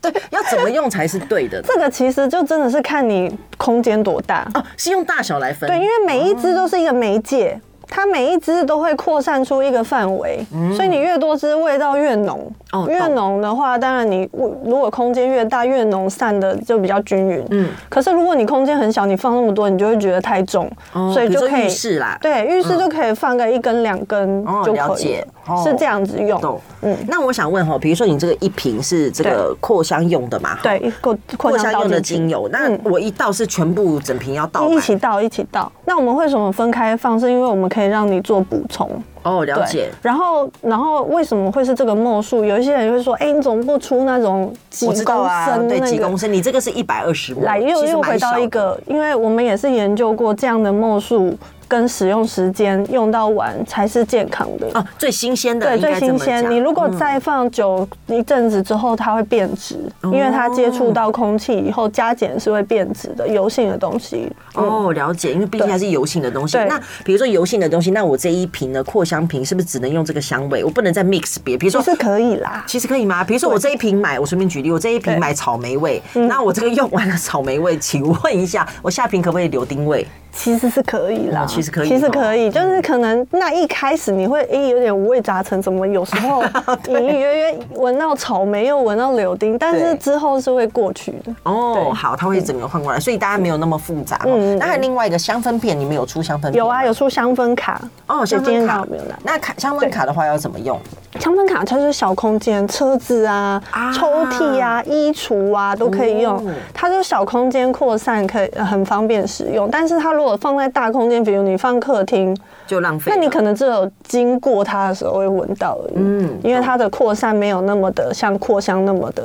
Speaker 1: 对，要怎么用才是对的呢？
Speaker 2: 这个其实就真的是看你空间多大，
Speaker 1: 哦，是用大小来分。
Speaker 2: 对，因为每一只都是一个媒介，它每一只都会扩散出一个范围，所以你越多只味道越浓
Speaker 1: 嗯哦，
Speaker 2: 越
Speaker 1: 懂
Speaker 2: 浓的话，当然你如果空间越大，越浓散的就比较均匀。嗯，可是如果你空间很小，你放那么多，你就会觉得太重，
Speaker 1: 哦
Speaker 2: 所以
Speaker 1: 比如
Speaker 2: 就
Speaker 1: 说
Speaker 2: 可
Speaker 1: 浴
Speaker 2: 以。
Speaker 1: 室啦，
Speaker 2: 对，浴室就可以放个一根两根
Speaker 1: 哦
Speaker 2: 就
Speaker 1: 了
Speaker 2: 可以
Speaker 1: 解
Speaker 2: 了，
Speaker 1: 哦
Speaker 2: 是这样子用。
Speaker 1: 懂。嗯，那我想问哈，比如说你这个一瓶是这个扩香用的嘛？哈
Speaker 2: 对，扩
Speaker 1: 扩
Speaker 2: 扩
Speaker 1: 香
Speaker 2: 香
Speaker 1: 用
Speaker 2: 倒
Speaker 1: 的
Speaker 2: 进去
Speaker 1: 精油，那
Speaker 2: 嗯
Speaker 1: 我一倒是全部整瓶要倒
Speaker 2: 一
Speaker 1: 满。
Speaker 2: 起倒，一起倒。那我们为什么分开放？是因为我们可以让你做补充。
Speaker 1: 哦，了
Speaker 2: 对
Speaker 1: 解。
Speaker 2: 然后，然后为什么会是这个墨数？有一些人会说，哎、你怎么不出那种几
Speaker 1: 我
Speaker 2: 公
Speaker 1: 知
Speaker 2: 升
Speaker 1: 道啊，对，
Speaker 2: 那
Speaker 1: 几公
Speaker 2: 个？
Speaker 1: 升，你这个是一百二十，
Speaker 2: 来，又又回到一，个，因为我们也是研究过这样的墨数。跟使用时间用到完才是健康的。
Speaker 1: 哦，最新鲜的，
Speaker 2: 对，
Speaker 1: 应该
Speaker 2: 最
Speaker 1: 这
Speaker 2: 新
Speaker 1: 么
Speaker 2: 鲜。
Speaker 1: 讲
Speaker 2: 你如果
Speaker 1: 嗯
Speaker 2: 再放久一阵子之后，它会变质，因为它接
Speaker 1: 哦
Speaker 2: 触到空气以后，加碱是会变质的，油性的东西。嗯，
Speaker 1: 哦，了解，因为毕竟
Speaker 2: 对
Speaker 1: 它是油性的东西。
Speaker 2: 对
Speaker 1: 那比如说油性的东西，那我这一瓶的扩香瓶是不是只能用这个香味？我不能再 mix 别，比如
Speaker 2: 其
Speaker 1: 说
Speaker 2: 实可以啦。
Speaker 1: 其实可以吗？比如说我这一瓶买，我随便举例，我这一瓶
Speaker 2: 对嗯
Speaker 1: 买草莓味，那我这个用完了草莓味，请问一下， 我下瓶可不可以留丁味？
Speaker 2: 其实是可以啦，
Speaker 1: 哦其实可以
Speaker 2: 其实可以，就是可能那一开始你会诶、有点五味杂陈，怎么有时 候隐隐约约闻到草莓又闻到柳丁，但是
Speaker 1: 对
Speaker 2: 之后是会过去的。
Speaker 1: 哦，
Speaker 2: 对
Speaker 1: 好，它会整个换过来，所以大家没有那么复杂。哦
Speaker 2: 嗯。
Speaker 1: 那还有另外一个香氛片，你们有出香氛片？
Speaker 2: 有啊，。有出香氛卡
Speaker 1: 哦，
Speaker 2: 对
Speaker 1: 香
Speaker 2: 今
Speaker 1: 氛
Speaker 2: 天
Speaker 1: 卡
Speaker 2: 刚好没有拿。
Speaker 1: 那卡香氛卡的话要怎么用？
Speaker 2: 香氛卡它就是小空间，车子啊、
Speaker 1: 啊
Speaker 2: 抽屉啊、衣橱啊都可以用，
Speaker 1: 哦
Speaker 2: 它就是小空间扩散，可以呃很方便使用。但是它如果放在大空间，比如你放客厅，
Speaker 1: 就浪费
Speaker 2: 那
Speaker 1: 了。
Speaker 2: 你可能只有经过它的时候会闻到而已，
Speaker 1: 嗯
Speaker 2: 因为它的扩散没有那么的像扩香那么的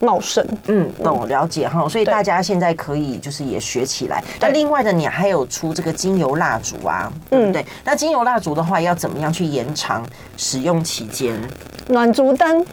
Speaker 2: 茂盛。
Speaker 1: 嗯，懂了解哈，所以
Speaker 2: 对
Speaker 1: 大家现在可以就是也学起来。那
Speaker 2: 对嗯
Speaker 1: 另外的，你还有出这个精油蜡烛啊，对不对？那精油蜡烛的话，要怎么样去延长使用期间？
Speaker 2: 暖嗯烛灯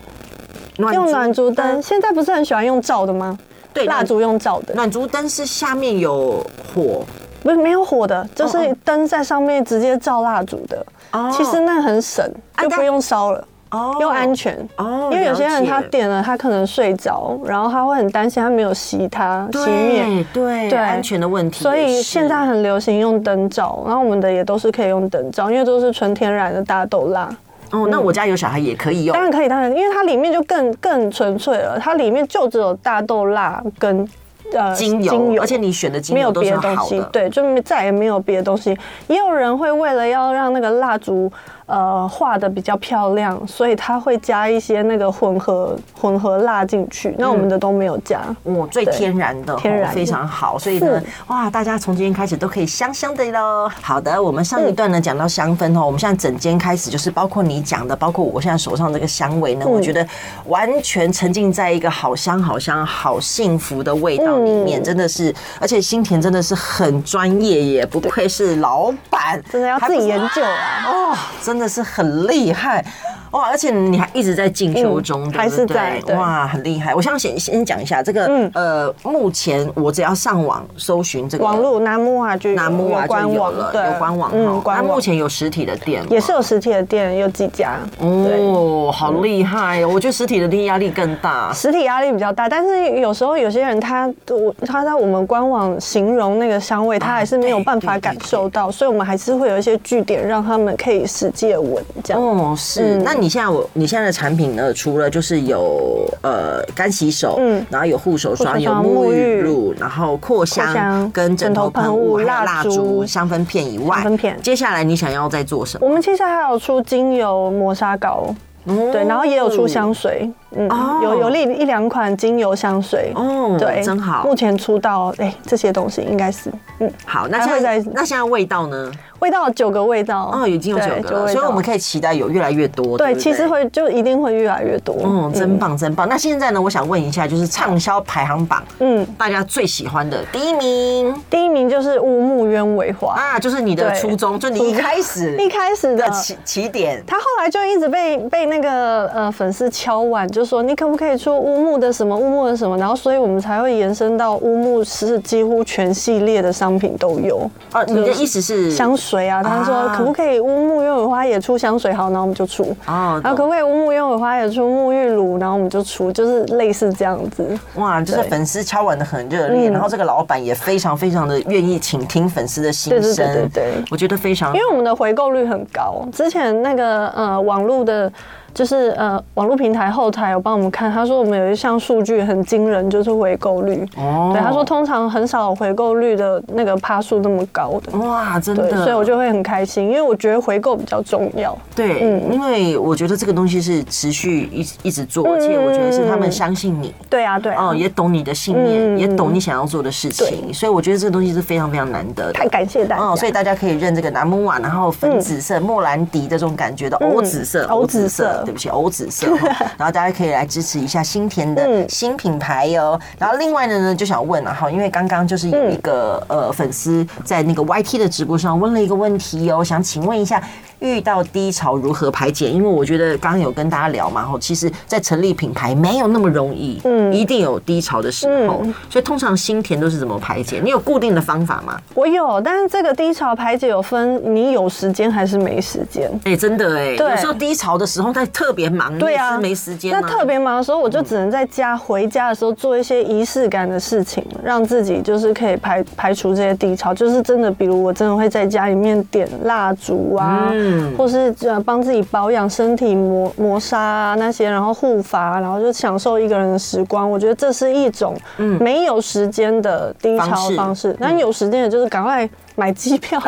Speaker 1: 暖
Speaker 2: 用暖烛灯，，现在不是很喜欢用照的吗？
Speaker 1: 对，
Speaker 2: 蜡
Speaker 1: 蜡烛。
Speaker 2: 烛用照的，
Speaker 1: 暖烛灯是下面有火，
Speaker 2: 不是没有火的，就
Speaker 1: 哦
Speaker 2: 是
Speaker 1: 哦
Speaker 2: 灯在上面直接照蜡烛的。
Speaker 1: 哦
Speaker 2: 其实那很省，
Speaker 1: 啊
Speaker 2: 就
Speaker 1: 但
Speaker 2: 不用烧了。
Speaker 1: 哦
Speaker 2: 又安全
Speaker 1: 哦
Speaker 2: 因为有些人他
Speaker 1: 了解
Speaker 2: 点了，他可能睡着，然后他会很担心他没有熄它熄灭，
Speaker 1: 对对
Speaker 2: 对
Speaker 1: 安全的问题也是，
Speaker 2: 所以现在很流行用灯罩，然后我们的也都是可以用灯罩，因为都是纯天然的大豆蜡，
Speaker 1: 哦，那我家有小孩也可以用
Speaker 2: 当，然可以，当然，因为它里面就更更纯粹了，它里面就只有大豆蜡跟呃
Speaker 1: 精油，而且你选的精
Speaker 2: 没有
Speaker 1: 油都
Speaker 2: 别
Speaker 1: 是
Speaker 2: 的东
Speaker 1: 好
Speaker 2: 西
Speaker 1: 的，，
Speaker 2: 对，就没再也没有别的东西。也有人会为了要让那个蜡烛呃画的比较漂亮，所以他会加一些那个混合混合蜡进去。那我们的都没有加，
Speaker 1: 哦，最
Speaker 2: 对
Speaker 1: 天然的，
Speaker 2: 天
Speaker 1: 哦
Speaker 2: 然的
Speaker 1: 非常好，所以呢
Speaker 2: 是，
Speaker 1: 哇，大家从今天开始都可以香香的喽。好的，我们上一段呢讲到香氛哦，我们现在整间开始就是包括你讲的，包括我现在手上这个香味
Speaker 2: 嗯
Speaker 1: 呢，我觉得完全沉浸在一个好香、好香、好幸福的味道里面，
Speaker 2: 嗯
Speaker 1: 真的是，而且新田真的是很专业耶，不愧是老板，
Speaker 2: 真的要
Speaker 1: 还
Speaker 2: 自
Speaker 1: 不
Speaker 2: 己
Speaker 1: 是
Speaker 2: 研究啊。
Speaker 1: 哦，真的是很厉害哇！而且你还一直在进修中，对
Speaker 2: 嗯
Speaker 1: 不
Speaker 2: 还是
Speaker 1: 对
Speaker 2: 在对
Speaker 1: 哇，很厉害。我想先先讲一下这个，
Speaker 2: 嗯
Speaker 1: 呃，目前我只要上网搜寻这个
Speaker 2: 网络南木啊，就有
Speaker 1: 南木啊
Speaker 2: 有
Speaker 1: 就
Speaker 2: 官
Speaker 1: 有
Speaker 2: 网
Speaker 1: 了，
Speaker 2: 对，
Speaker 1: 有官网
Speaker 2: 嗯，
Speaker 1: 哈。那
Speaker 2: 官
Speaker 1: 目
Speaker 2: 网
Speaker 1: 前有实体的店吗
Speaker 2: 也是有实体的店，有几家，对。
Speaker 1: 哦，好厉害哦！我觉得实体的店压力更大。
Speaker 2: 实体压力比较大，但是有时候有些人他我他在我们官网形容那个香味，他还是没有办法感受到，所以我们还是会有一些据点让他们可以实际地闻这样。
Speaker 1: 哦，是。
Speaker 2: 嗯
Speaker 1: 那你现在我你现在的产品呢？除了就是有呃干洗手，
Speaker 2: 嗯
Speaker 1: 然后有护手
Speaker 2: 护
Speaker 1: 霜，
Speaker 2: 手
Speaker 1: 有
Speaker 2: 霜
Speaker 1: 沐
Speaker 2: 沐
Speaker 1: 浴
Speaker 2: 浴
Speaker 1: 露，然后扩
Speaker 2: 扩香
Speaker 1: 香跟枕头喷雾，还
Speaker 2: 枕头喷雾
Speaker 1: 有蜡
Speaker 2: 蜡烛
Speaker 1: 烛、香氛片以外，
Speaker 2: 香氛片
Speaker 1: 接下来你想要再做什么？
Speaker 2: 我们其实还有出精油磨砂膏，哦对，然后也有出香水，嗯，
Speaker 1: 哦
Speaker 2: 有有一一两款精油香水，
Speaker 1: 哦，
Speaker 2: 对，
Speaker 1: 真好
Speaker 2: 目。前出到哎、这些东西应该是，嗯，
Speaker 1: 好，那
Speaker 2: 还
Speaker 1: 现
Speaker 2: 会
Speaker 1: 在
Speaker 2: 再
Speaker 1: 那现在味道呢？
Speaker 2: 味道有九个味道，
Speaker 1: 哦，已经有
Speaker 2: 对
Speaker 1: 九个了，
Speaker 2: 味
Speaker 1: 所以
Speaker 2: 道
Speaker 1: 我们可以期待有越来越多。
Speaker 2: 对，
Speaker 1: 不
Speaker 2: 其实。会嗯就一定会越来越多，
Speaker 1: 哦，真棒，真棒！那现在呢？我想问一下，就是畅销排行榜，
Speaker 2: 嗯。
Speaker 1: 大家最喜欢的第一名
Speaker 2: 第一名就是乌木鸢尾花，
Speaker 1: 啊，就是你的
Speaker 2: 对
Speaker 1: 初衷，就你一开始
Speaker 2: 一开始的
Speaker 1: 的。起起点。
Speaker 2: 他后来就一直被被那个呃粉丝敲碗，就说你可不可以出乌木的什么乌木的什么，然后所以我们才会延伸到乌木是几乎全系列的商品都有，
Speaker 1: 哦，你的意思是
Speaker 2: 香水啊，他说
Speaker 1: 啊
Speaker 2: 可不可以乌木鸢尾花也出香水，好，然后我们就出，
Speaker 1: 哦
Speaker 2: 然后可不可以乌木鸢尾花也出沐浴乳，然后我们就出，就是类似这样子，
Speaker 1: 哇，就是
Speaker 2: 对
Speaker 1: 粉丝敲碗的很热烈，
Speaker 2: 嗯
Speaker 1: 然后这个老板也非常非常的愿意倾听粉丝的心声，
Speaker 2: 对对对对对
Speaker 1: 我觉得非常
Speaker 2: 因为我们的回购率很高。之前那个呃网络的，就是呃网络平台后台有帮我们看，他说我们有一项数据很惊人，就是回购率。
Speaker 1: 哦
Speaker 2: 对，他说通常很少有回购率的那个趴数那么高的。
Speaker 1: 哇，真
Speaker 2: 对，
Speaker 1: 的，
Speaker 2: 所以我就会很开心，因为我觉得回购比较重要。
Speaker 1: 对，
Speaker 2: 嗯
Speaker 1: 因为我觉得这个东西是持续一一直做，
Speaker 2: 嗯
Speaker 1: 而且我觉得是他们相信你，
Speaker 2: 对啊，对啊，
Speaker 1: 哦，也懂你的信念，
Speaker 2: 嗯
Speaker 1: 也懂你想要做的事情，所以我觉得这个东西是非常非常难得的。
Speaker 2: 太感谢大家。
Speaker 1: 哦，啊所以大家可以认这个南木瓦，然后粉紫色、莫兰迪这种感觉的
Speaker 2: 嗯
Speaker 1: 藕紫色、
Speaker 2: 藕紫色色
Speaker 1: 对不起，藕紫 色哈。然后大家可以来支持一下新田的
Speaker 2: 嗯
Speaker 1: 新品牌哟、然后另外呢呢，就想问啊了哈，因为刚刚就是有一个、呃粉丝在那个 YT 的直播上问了一个问题哟、想请问一下。遇到低潮如何排解？因为我觉得刚刚有跟大家聊嘛，哈，其实，在成立品牌没有那么容易，嗯，
Speaker 2: 嗯
Speaker 1: 一定有低潮的时候，所以通常新田都是怎么排解？你有固定的方法吗？
Speaker 2: 我有，但是这个低潮排解有分，你有时间还是没时间。
Speaker 1: 哎、真的哎、
Speaker 2: 对
Speaker 1: 有时候低潮的时候，他特别忙，
Speaker 2: 对
Speaker 1: 你也
Speaker 2: 啊，
Speaker 1: 是没时间、啊。
Speaker 2: 那 特别忙的时候，我就只能在家回家的时候做一些仪式感的事情，让自己就是可以排排除这些低潮。就是真的，比如我真的会在家里面点蜡烛啊，
Speaker 1: 嗯
Speaker 2: 或是呃帮自己保养身体磨磨砂啊那些，然后护发，然后就享受一个人的时光。我觉得这是一种没有时间的低
Speaker 1: 嗯方
Speaker 2: 潮
Speaker 1: 式
Speaker 2: 方式。那有时间的就是赶快买 机票。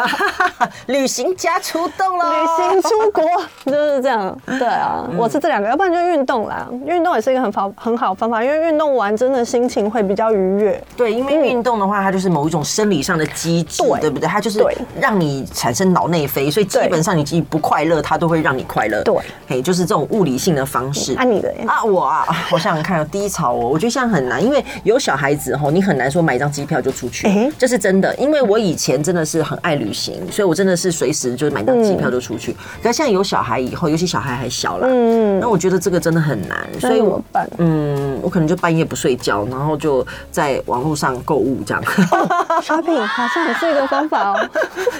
Speaker 1: 旅行家出动了，
Speaker 2: 旅行 出国就是这样，对啊，
Speaker 1: 嗯
Speaker 2: 我是这两个，要不然就运动啦，运动也是一个很好很好的方法，因为运动完真的心情会比较愉悦。
Speaker 1: 对，因为运动的话，它就是某一种生理上的机制，
Speaker 2: 对
Speaker 1: 对不对？它就是
Speaker 2: 对
Speaker 1: 让你产生脑内啡，所以基
Speaker 2: 对
Speaker 1: 本上你既不快乐，它都会让你快乐。
Speaker 2: 对，
Speaker 1: 嘿，就是这种物理性的方式。
Speaker 2: 按、你的耶，
Speaker 1: 啊，我啊， 我想想看哦，低潮哦，我觉得现在很难，因为有小孩子吼，你很难说买一张机票就出去，
Speaker 2: 诶
Speaker 1: 这是真的。因为我以前真的是很爱旅行，所以我真的是随时就买一张机票就出去。可是现在有小孩以后，尤其小孩还小啦，
Speaker 2: 嗯
Speaker 1: 那我觉得这个真的很难，
Speaker 2: 那
Speaker 1: 所以
Speaker 2: 怎
Speaker 1: 我
Speaker 2: 么办？
Speaker 1: 嗯，我可能就半夜不睡觉，然后就在网络上购物，这样
Speaker 2: 啊 shopping 好像也是一个方法哦，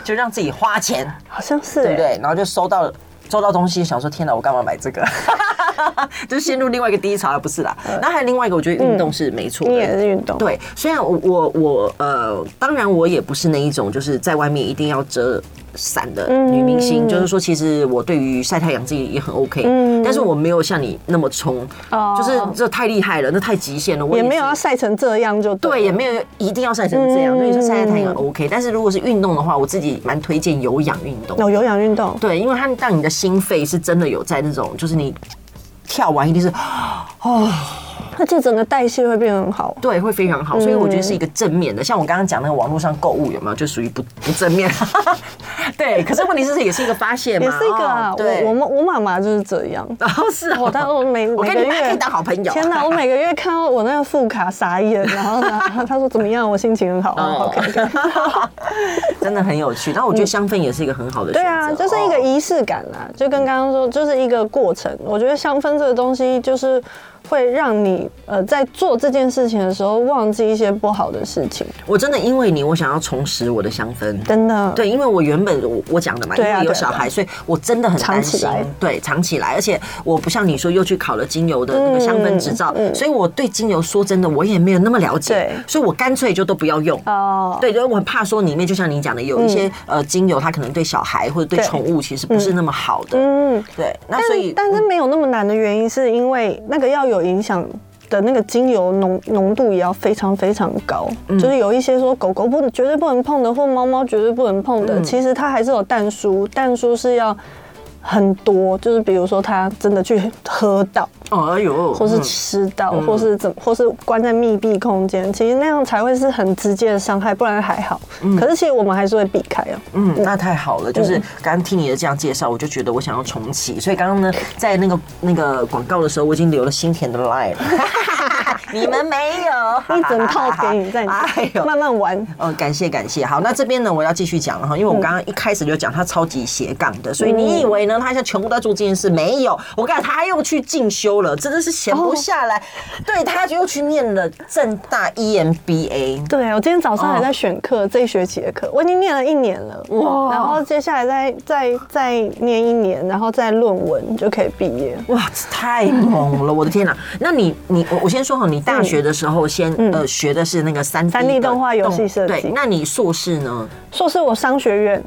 Speaker 1: 就让自己花钱，
Speaker 2: 好像是
Speaker 1: 对不
Speaker 2: 耶，
Speaker 1: 对？然后就收到收到东西，想说天哪，我干嘛买这个？ 就陷入另外一个低潮，不是啦。那还有另外一个，我觉得运动是没错
Speaker 2: 你也
Speaker 1: 的。
Speaker 2: 是嗯运动，
Speaker 1: 对，虽然我我我呃，当然我也不是那一种就是在外面一定要遮伞的女明星，
Speaker 2: 嗯
Speaker 1: 就是说，其实我对于晒太阳自己也很 OK，、
Speaker 2: 嗯
Speaker 1: 但是我没有像你那么冲，
Speaker 2: 哦
Speaker 1: 就是这太厉害了，那太极限了，我
Speaker 2: 也
Speaker 1: 是
Speaker 2: 没有要晒成这样就
Speaker 1: 对，
Speaker 2: 了
Speaker 1: 也没有一定要晒成这样，
Speaker 2: 嗯
Speaker 1: 所以说晒晒太阳 OK。但是如果是运动的话，我自己蛮推荐有氧运动。
Speaker 2: 哦有有氧运动，
Speaker 1: 对，因为它让你的心肺是真的有在那种，就是你跳完一定是
Speaker 2: 而且整个代谢会变得很好。
Speaker 1: 对，会非
Speaker 2: 嗯
Speaker 1: 常好。所以我觉得是一个正面的，像我刚刚讲那个网络上购物有没有，就属于不不正面。 对，可是问题是这也是一个发泄嘛，
Speaker 2: 也是一个啊
Speaker 1: 哦，对，
Speaker 2: 我我妈我妈妈就是这样，
Speaker 1: 然后是哦
Speaker 2: 我但我每
Speaker 1: 我
Speaker 2: 每
Speaker 1: 跟
Speaker 2: 个
Speaker 1: 你们还可
Speaker 2: 月
Speaker 1: 以当好朋友。
Speaker 2: 天 哪，我每个月看到我那个副卡傻眼，然后呢，他说怎么样？我心情很好
Speaker 1: 哦
Speaker 2: ，OK。
Speaker 1: 真的很有趣。然后我觉得香氛也是一个很好的选择，
Speaker 2: 嗯对啊，就是一个
Speaker 1: 哦
Speaker 2: 仪式感啦，就跟刚刚说，就是一个过程。我觉得香氛这个东西，就是会让你呃在做这件事情的时候，忘记一些不好的事情，
Speaker 1: 我真的因为你，我想要重拾我的香氛。
Speaker 2: 真的。，
Speaker 1: 对，因为我原本我我讲的嘛，因
Speaker 2: 对啊
Speaker 1: 为有
Speaker 2: 对啊
Speaker 1: 小孩，所以我真的很担
Speaker 2: 藏起
Speaker 1: 心
Speaker 2: 来，
Speaker 1: 对，藏起来。而且我不像你说又去考了精油的
Speaker 2: 嗯
Speaker 1: 那个香氛执照，所以我对精油说真的我也没有那么了解
Speaker 2: 对，
Speaker 1: 所以我干脆就都不要用。
Speaker 2: 哦，
Speaker 1: 对，因为我很怕说里面，就像你讲的，有一些呃精油，它可能对小孩或者对
Speaker 2: 嗯对
Speaker 1: 宠物其实不是那么好的。
Speaker 2: 嗯，
Speaker 1: 对，那
Speaker 2: 但
Speaker 1: 啊所以嗯
Speaker 2: 但是没有那么难的原因，是因为那个要有影响。的那个精油浓浓度也要非常非常高，
Speaker 1: 嗯
Speaker 2: 就是有一些说狗狗不能绝对不能碰的，或猫猫绝对不能碰
Speaker 1: 嗯
Speaker 2: 的，其实它还是有淡疏，淡疏是要很多，就是比如说它真的去喝到，
Speaker 1: 哦，哎呦，
Speaker 2: 或是
Speaker 1: 嗯
Speaker 2: 吃到，或是怎，或是关在密闭空间，其实那样才会是很直接的伤害，不然还好。可是其实我们还是会避开 啊。
Speaker 1: 嗯，那太好了。就是刚刚听你的这样介绍，我就觉得我想要重启。所以刚刚呢，在那个那个广告的时候，我已经留了新田的 line 了。你们没有
Speaker 2: 一整套给你，在
Speaker 1: 哎
Speaker 2: 你
Speaker 1: 呦。
Speaker 2: 慢慢玩。
Speaker 1: 呃，感谢感谢，好，那这边呢，我要继续讲了哈，
Speaker 2: 嗯
Speaker 1: 因为我刚刚一开始就讲他超级斜杠的，所以你以为呢，他现在全部都在做这件事？没有，我告诉你，他又去进修了，真的是闲
Speaker 2: 哦
Speaker 1: 不下来，对，他就又去念了正大 E EMBA，
Speaker 2: 对，我今天早上还
Speaker 1: 哦
Speaker 2: 在选课，这一学期的课，我已经念了一年了。
Speaker 1: 哇
Speaker 2: 哇！然后接下来再再再念一年，然后再论文就可以毕业。
Speaker 1: 哇，这太猛了！我的天 哪！那你你我我先说好，你
Speaker 2: 嗯
Speaker 1: 大学的时候先、呃学的是那个三
Speaker 2: 3D 嗯动画游戏设计
Speaker 1: 对，那你硕士呢？
Speaker 2: 硕士我商学院，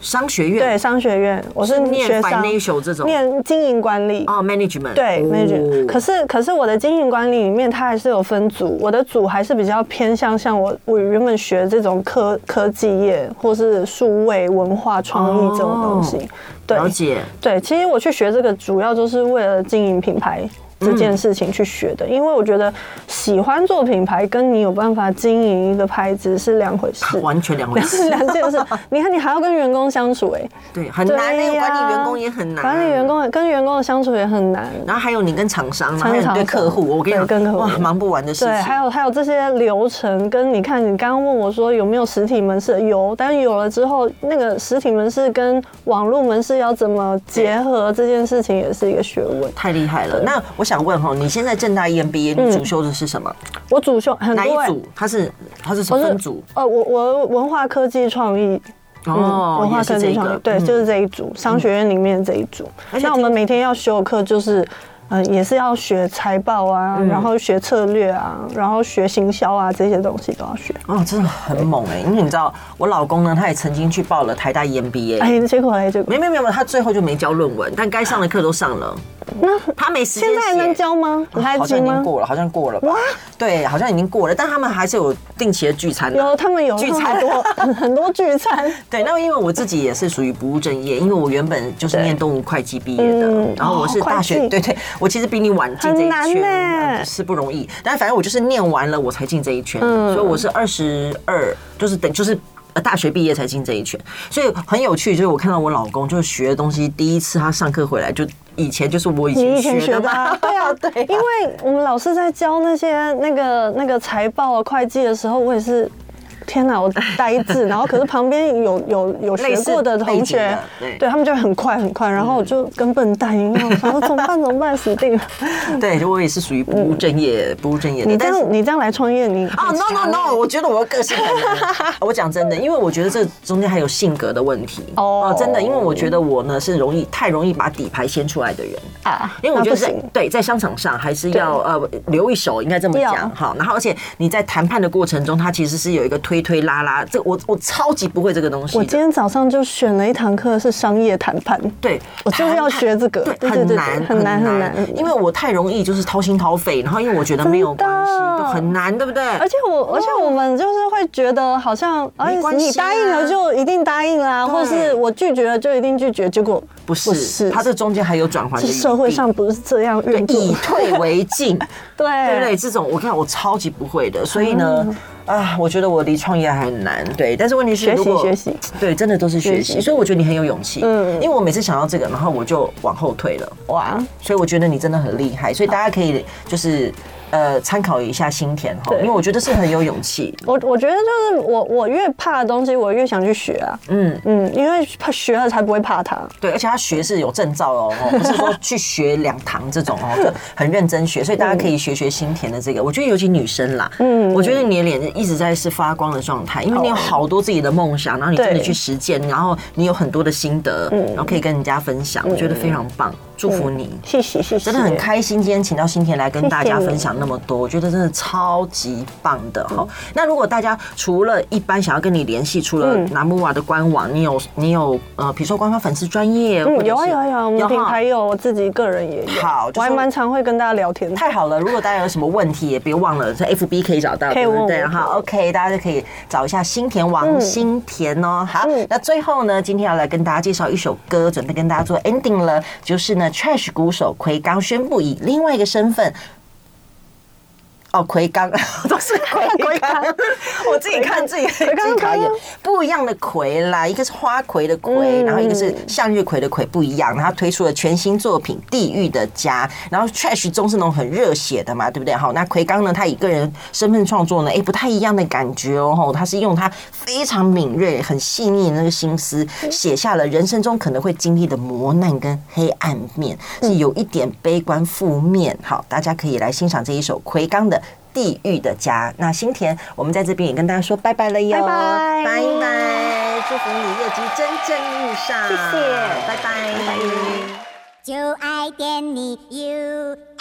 Speaker 1: 商学院
Speaker 2: 对商学院，我是
Speaker 1: 嗯念
Speaker 2: 学商，
Speaker 1: financial 这种
Speaker 2: 念经营管理。
Speaker 1: 哦，management
Speaker 2: 对
Speaker 1: 哦
Speaker 2: m a j 可是可是我的经营管理里面，它还是有分组，我的组还是比较偏向像我我原本
Speaker 1: 哦
Speaker 2: 学这种科科技业或是数位文化创意这种东西。对
Speaker 1: 了解，
Speaker 2: 对，其实我去学这个主要就是为了经营品牌这件事情去学
Speaker 1: 嗯
Speaker 2: 的，因为我觉得喜欢做品牌跟你有办法经营一个牌子是两回事。
Speaker 1: 完全两回事。
Speaker 2: 两件 事，你看你还要跟员工相处、哎，
Speaker 1: 对，很难
Speaker 2: 对
Speaker 1: 欸，
Speaker 2: 呀
Speaker 1: 管理员工也很难，啊
Speaker 2: 管理员。工跟员工的相处也很难。
Speaker 1: 然后还有你跟厂商，还有你
Speaker 2: 常
Speaker 1: 对
Speaker 2: 常
Speaker 1: 客户，我跟你
Speaker 2: 对跟客
Speaker 1: 讲，
Speaker 2: 户
Speaker 1: 哇，忙不完的事
Speaker 2: 对，还
Speaker 1: 情。
Speaker 2: 有还有这些流程，跟你看，你刚刚问我说有没有实体门市，有，但是有了之后，那个实体门市跟网络门市要怎么结合，这件事情也是一个学问。
Speaker 1: 太厉害了！那我想问哈，你现在正大 E EMBA，你主修的是什么？
Speaker 2: 我主修嗯很
Speaker 1: 哪
Speaker 2: 多、
Speaker 1: 一
Speaker 2: 欸，
Speaker 1: 组？它是它是什
Speaker 2: 我
Speaker 1: 么
Speaker 2: 是
Speaker 1: 分组？
Speaker 2: 呃，我我文化科技创意。嗯
Speaker 1: 哦
Speaker 2: 文，化
Speaker 1: 也
Speaker 2: 科
Speaker 1: 是
Speaker 2: 技
Speaker 1: 这
Speaker 2: 创意
Speaker 1: 个，，
Speaker 2: 对，
Speaker 1: 嗯
Speaker 2: 就是这一组，商学院里面这一组。
Speaker 1: 而且
Speaker 2: 那我们每天要修的课就是，呃，也是要学财报啊，
Speaker 1: 嗯
Speaker 2: 然后学策略啊，然后学行销啊，这些东西都要学。
Speaker 1: 哦，真的很猛哎、因为你知道，我老公呢，他也曾经去报了台大 E EMBA，、
Speaker 2: 哎，结果哎，结果
Speaker 1: 没没没有，他最后就没交论文，但该上的课都上了。那他没时间
Speaker 2: 现在还
Speaker 1: 写
Speaker 2: 能教吗？
Speaker 1: 啊
Speaker 2: 来
Speaker 1: 好像
Speaker 2: 得及
Speaker 1: 已经
Speaker 2: 吗？
Speaker 1: 过了，好像过了吧？对，好像已经过了，但他们还是有定期的聚餐啊、
Speaker 2: 有，他们有
Speaker 1: 聚餐
Speaker 2: 很多 很多聚餐，
Speaker 1: 对，那因为我自己也是属于不务正业，因为我原本就是念动物会计毕业的，
Speaker 2: 嗯
Speaker 1: 然后我是
Speaker 2: 哦
Speaker 1: 大学，
Speaker 2: 会计
Speaker 1: 对对，我其实比你晚进
Speaker 2: 很
Speaker 1: 这一
Speaker 2: 难
Speaker 1: 圈，
Speaker 2: 呢
Speaker 1: 嗯是不容易。但反正我就是念完了，我才进这一圈，
Speaker 2: 嗯
Speaker 1: 所以我是二十二，就是等就是。呃大学毕业才进这一圈，所以很有趣。就是我看到我老公，就是学的东西，第一次他上课回来就以前就是我以
Speaker 2: 你
Speaker 1: 前
Speaker 2: 以
Speaker 1: 学
Speaker 2: 前学
Speaker 1: 的
Speaker 2: 的
Speaker 1: 嘛
Speaker 2: 啊，，对 啊，对，因为我们老师在教那些那个那个财报啊、会计的时候，我也是。天哪，我呆 滞，然后可是旁边有有有
Speaker 1: 类
Speaker 2: 学
Speaker 1: 似
Speaker 2: 过的
Speaker 1: 背
Speaker 2: 同
Speaker 1: 景
Speaker 2: 学
Speaker 1: 的，对
Speaker 2: 对他们就很快很快，然后我就跟笨蛋一样，想说怎么办怎么办，死定了！
Speaker 1: 对，就我也是属于不务正业、不务正业的。
Speaker 2: 你这
Speaker 1: 嗯但是
Speaker 2: 样你这样来创业，你
Speaker 1: 啊、n o no no，我觉得我的个性很难。 我讲真的，因为我觉得这中间还有性格的问题。
Speaker 2: 哦
Speaker 1: 哦，真的，因为我觉得我呢是容易太容易把底牌掀出来的人，
Speaker 2: 啊，
Speaker 1: 因为我
Speaker 2: 那
Speaker 1: 觉
Speaker 2: 不
Speaker 1: 得在
Speaker 2: 行，
Speaker 1: 对在商场上还是要呃留一手，应该这么
Speaker 2: 要
Speaker 1: 讲哈。然后而且你在谈判的过程中，它其实是有一个推推拉拉，这我我超级不会这个东西
Speaker 2: 我
Speaker 1: 的
Speaker 2: 今。天早上就选了一堂课是商业谈判，
Speaker 1: 对，
Speaker 2: 我就是要学这个
Speaker 1: 对，
Speaker 2: 对
Speaker 1: 很
Speaker 2: 对对对
Speaker 1: 难，
Speaker 2: 很难很难
Speaker 1: 因为我太容易就是掏心掏肺，然后因为我觉得没有
Speaker 2: 真
Speaker 1: 关
Speaker 2: 的
Speaker 1: 系，就很难，对不对？
Speaker 2: 而且我，而且我们就是会觉得好像，而
Speaker 1: 没
Speaker 2: 且
Speaker 1: 关系啊
Speaker 2: 你答应了就一定答应啦，
Speaker 1: 对
Speaker 2: 或是我拒绝了就一定拒绝，结果
Speaker 1: 不是，它这中间还有转换的
Speaker 2: 是
Speaker 1: 余
Speaker 2: 社会
Speaker 1: 地
Speaker 2: 上不是这样
Speaker 1: 对
Speaker 2: 运，作，
Speaker 1: 以退为进，对不对？
Speaker 2: 对
Speaker 1: 这种我看我超级不会的，所以呢，啊，我觉得我离创业还很难。对，但是问题是，
Speaker 2: 嗯学习
Speaker 1: 如果
Speaker 2: 学习，
Speaker 1: 对，真的都是学
Speaker 2: 学
Speaker 1: 习。
Speaker 2: 习
Speaker 1: 所以我觉得你很有勇气，嗯
Speaker 2: 嗯，
Speaker 1: 因为我每次想到这个，然后我就往后退了，
Speaker 2: 哇，
Speaker 1: 所以我觉得你真的很厉害，所以大家可以就是呃参考一下新田哈，
Speaker 2: 对
Speaker 1: 因为我觉得是很有勇气，
Speaker 2: 我我觉得就是我我越怕的东西，我越想去学啊，
Speaker 1: 嗯。
Speaker 2: 嗯，因为怕学了才不会怕它，
Speaker 1: 对，而且他学是有证照哦，哦不是说去学两堂这种哦，就很认真学，所以大家可以学学新田的这个。我觉得尤其女生啦，嗯，
Speaker 2: 嗯哦
Speaker 1: 我觉得你的脸一直在是发光的状态，因为你有好多自己的梦想，然后你真的
Speaker 2: 对嗯
Speaker 1: 去实践，然后你有很多的心得，然后可以跟人家分享，我觉得非常棒，祝福你。
Speaker 2: 谢谢谢谢，
Speaker 1: 真的很开心，今天请到新田来跟大家
Speaker 2: 谢谢嗯你
Speaker 1: 分享那么多，我觉得真的超级棒的哈。那如果大家除了一般想要跟你联系，除了
Speaker 2: 嗯
Speaker 1: 拿木瓦的官网，你有你有呃，比如说官方粉丝专业，或者
Speaker 2: 嗯，
Speaker 1: 是
Speaker 2: 有啊有啊有啊，我们
Speaker 1: 有哈
Speaker 2: 品牌有，我自己个人也有，
Speaker 1: 好就是
Speaker 2: 我还蛮常会跟大家聊天的。
Speaker 1: 太好了！如果大家有什么问题，也别忘了 在 FB 可以找到，
Speaker 2: 可以
Speaker 1: 对不
Speaker 2: 问
Speaker 1: 对？
Speaker 2: 我
Speaker 1: 哈，OK，大家就可以找一下新田王
Speaker 2: 嗯
Speaker 1: 新田哦。好
Speaker 2: 嗯，
Speaker 1: 那最后呢，今天要来跟大家介绍一首歌，准备跟大家做 ending 了，就是呢，Trash 鼓手奎刚宣布以另外一个身份。哦，奎刚 都是奎
Speaker 2: 奎
Speaker 1: 刚
Speaker 2: 刚，
Speaker 1: 我自己看自己自
Speaker 2: 奎刚
Speaker 1: 己卡眼
Speaker 2: 奎刚，
Speaker 1: 不一样的奎啦，一个是花魁的魁，
Speaker 2: 嗯
Speaker 1: 然后一个是向日葵的葵不一样，然后推出了全新作品《地狱的家》，然后 Trash 中是那种很热血的嘛，对不对？好，那奎刚呢，他以个人身份创作呢，哎，不太一样的感觉哦，吼他是用他非常敏锐、很细腻的那个心思，
Speaker 2: 嗯
Speaker 1: 写下了人生中可能会经历的磨难跟黑暗面，
Speaker 2: 嗯
Speaker 1: 是有一点悲观负面。好，大家可以来欣赏这一首奎刚的。地狱的家，那新田，我们在这边也跟大家说拜拜了哟，
Speaker 2: 拜
Speaker 1: 拜
Speaker 2: 拜
Speaker 1: 拜，祝福你业绩蒸蒸日上，
Speaker 2: 谢谢
Speaker 1: 拜拜
Speaker 2: 拜拜
Speaker 3: 就爱点你 UFO。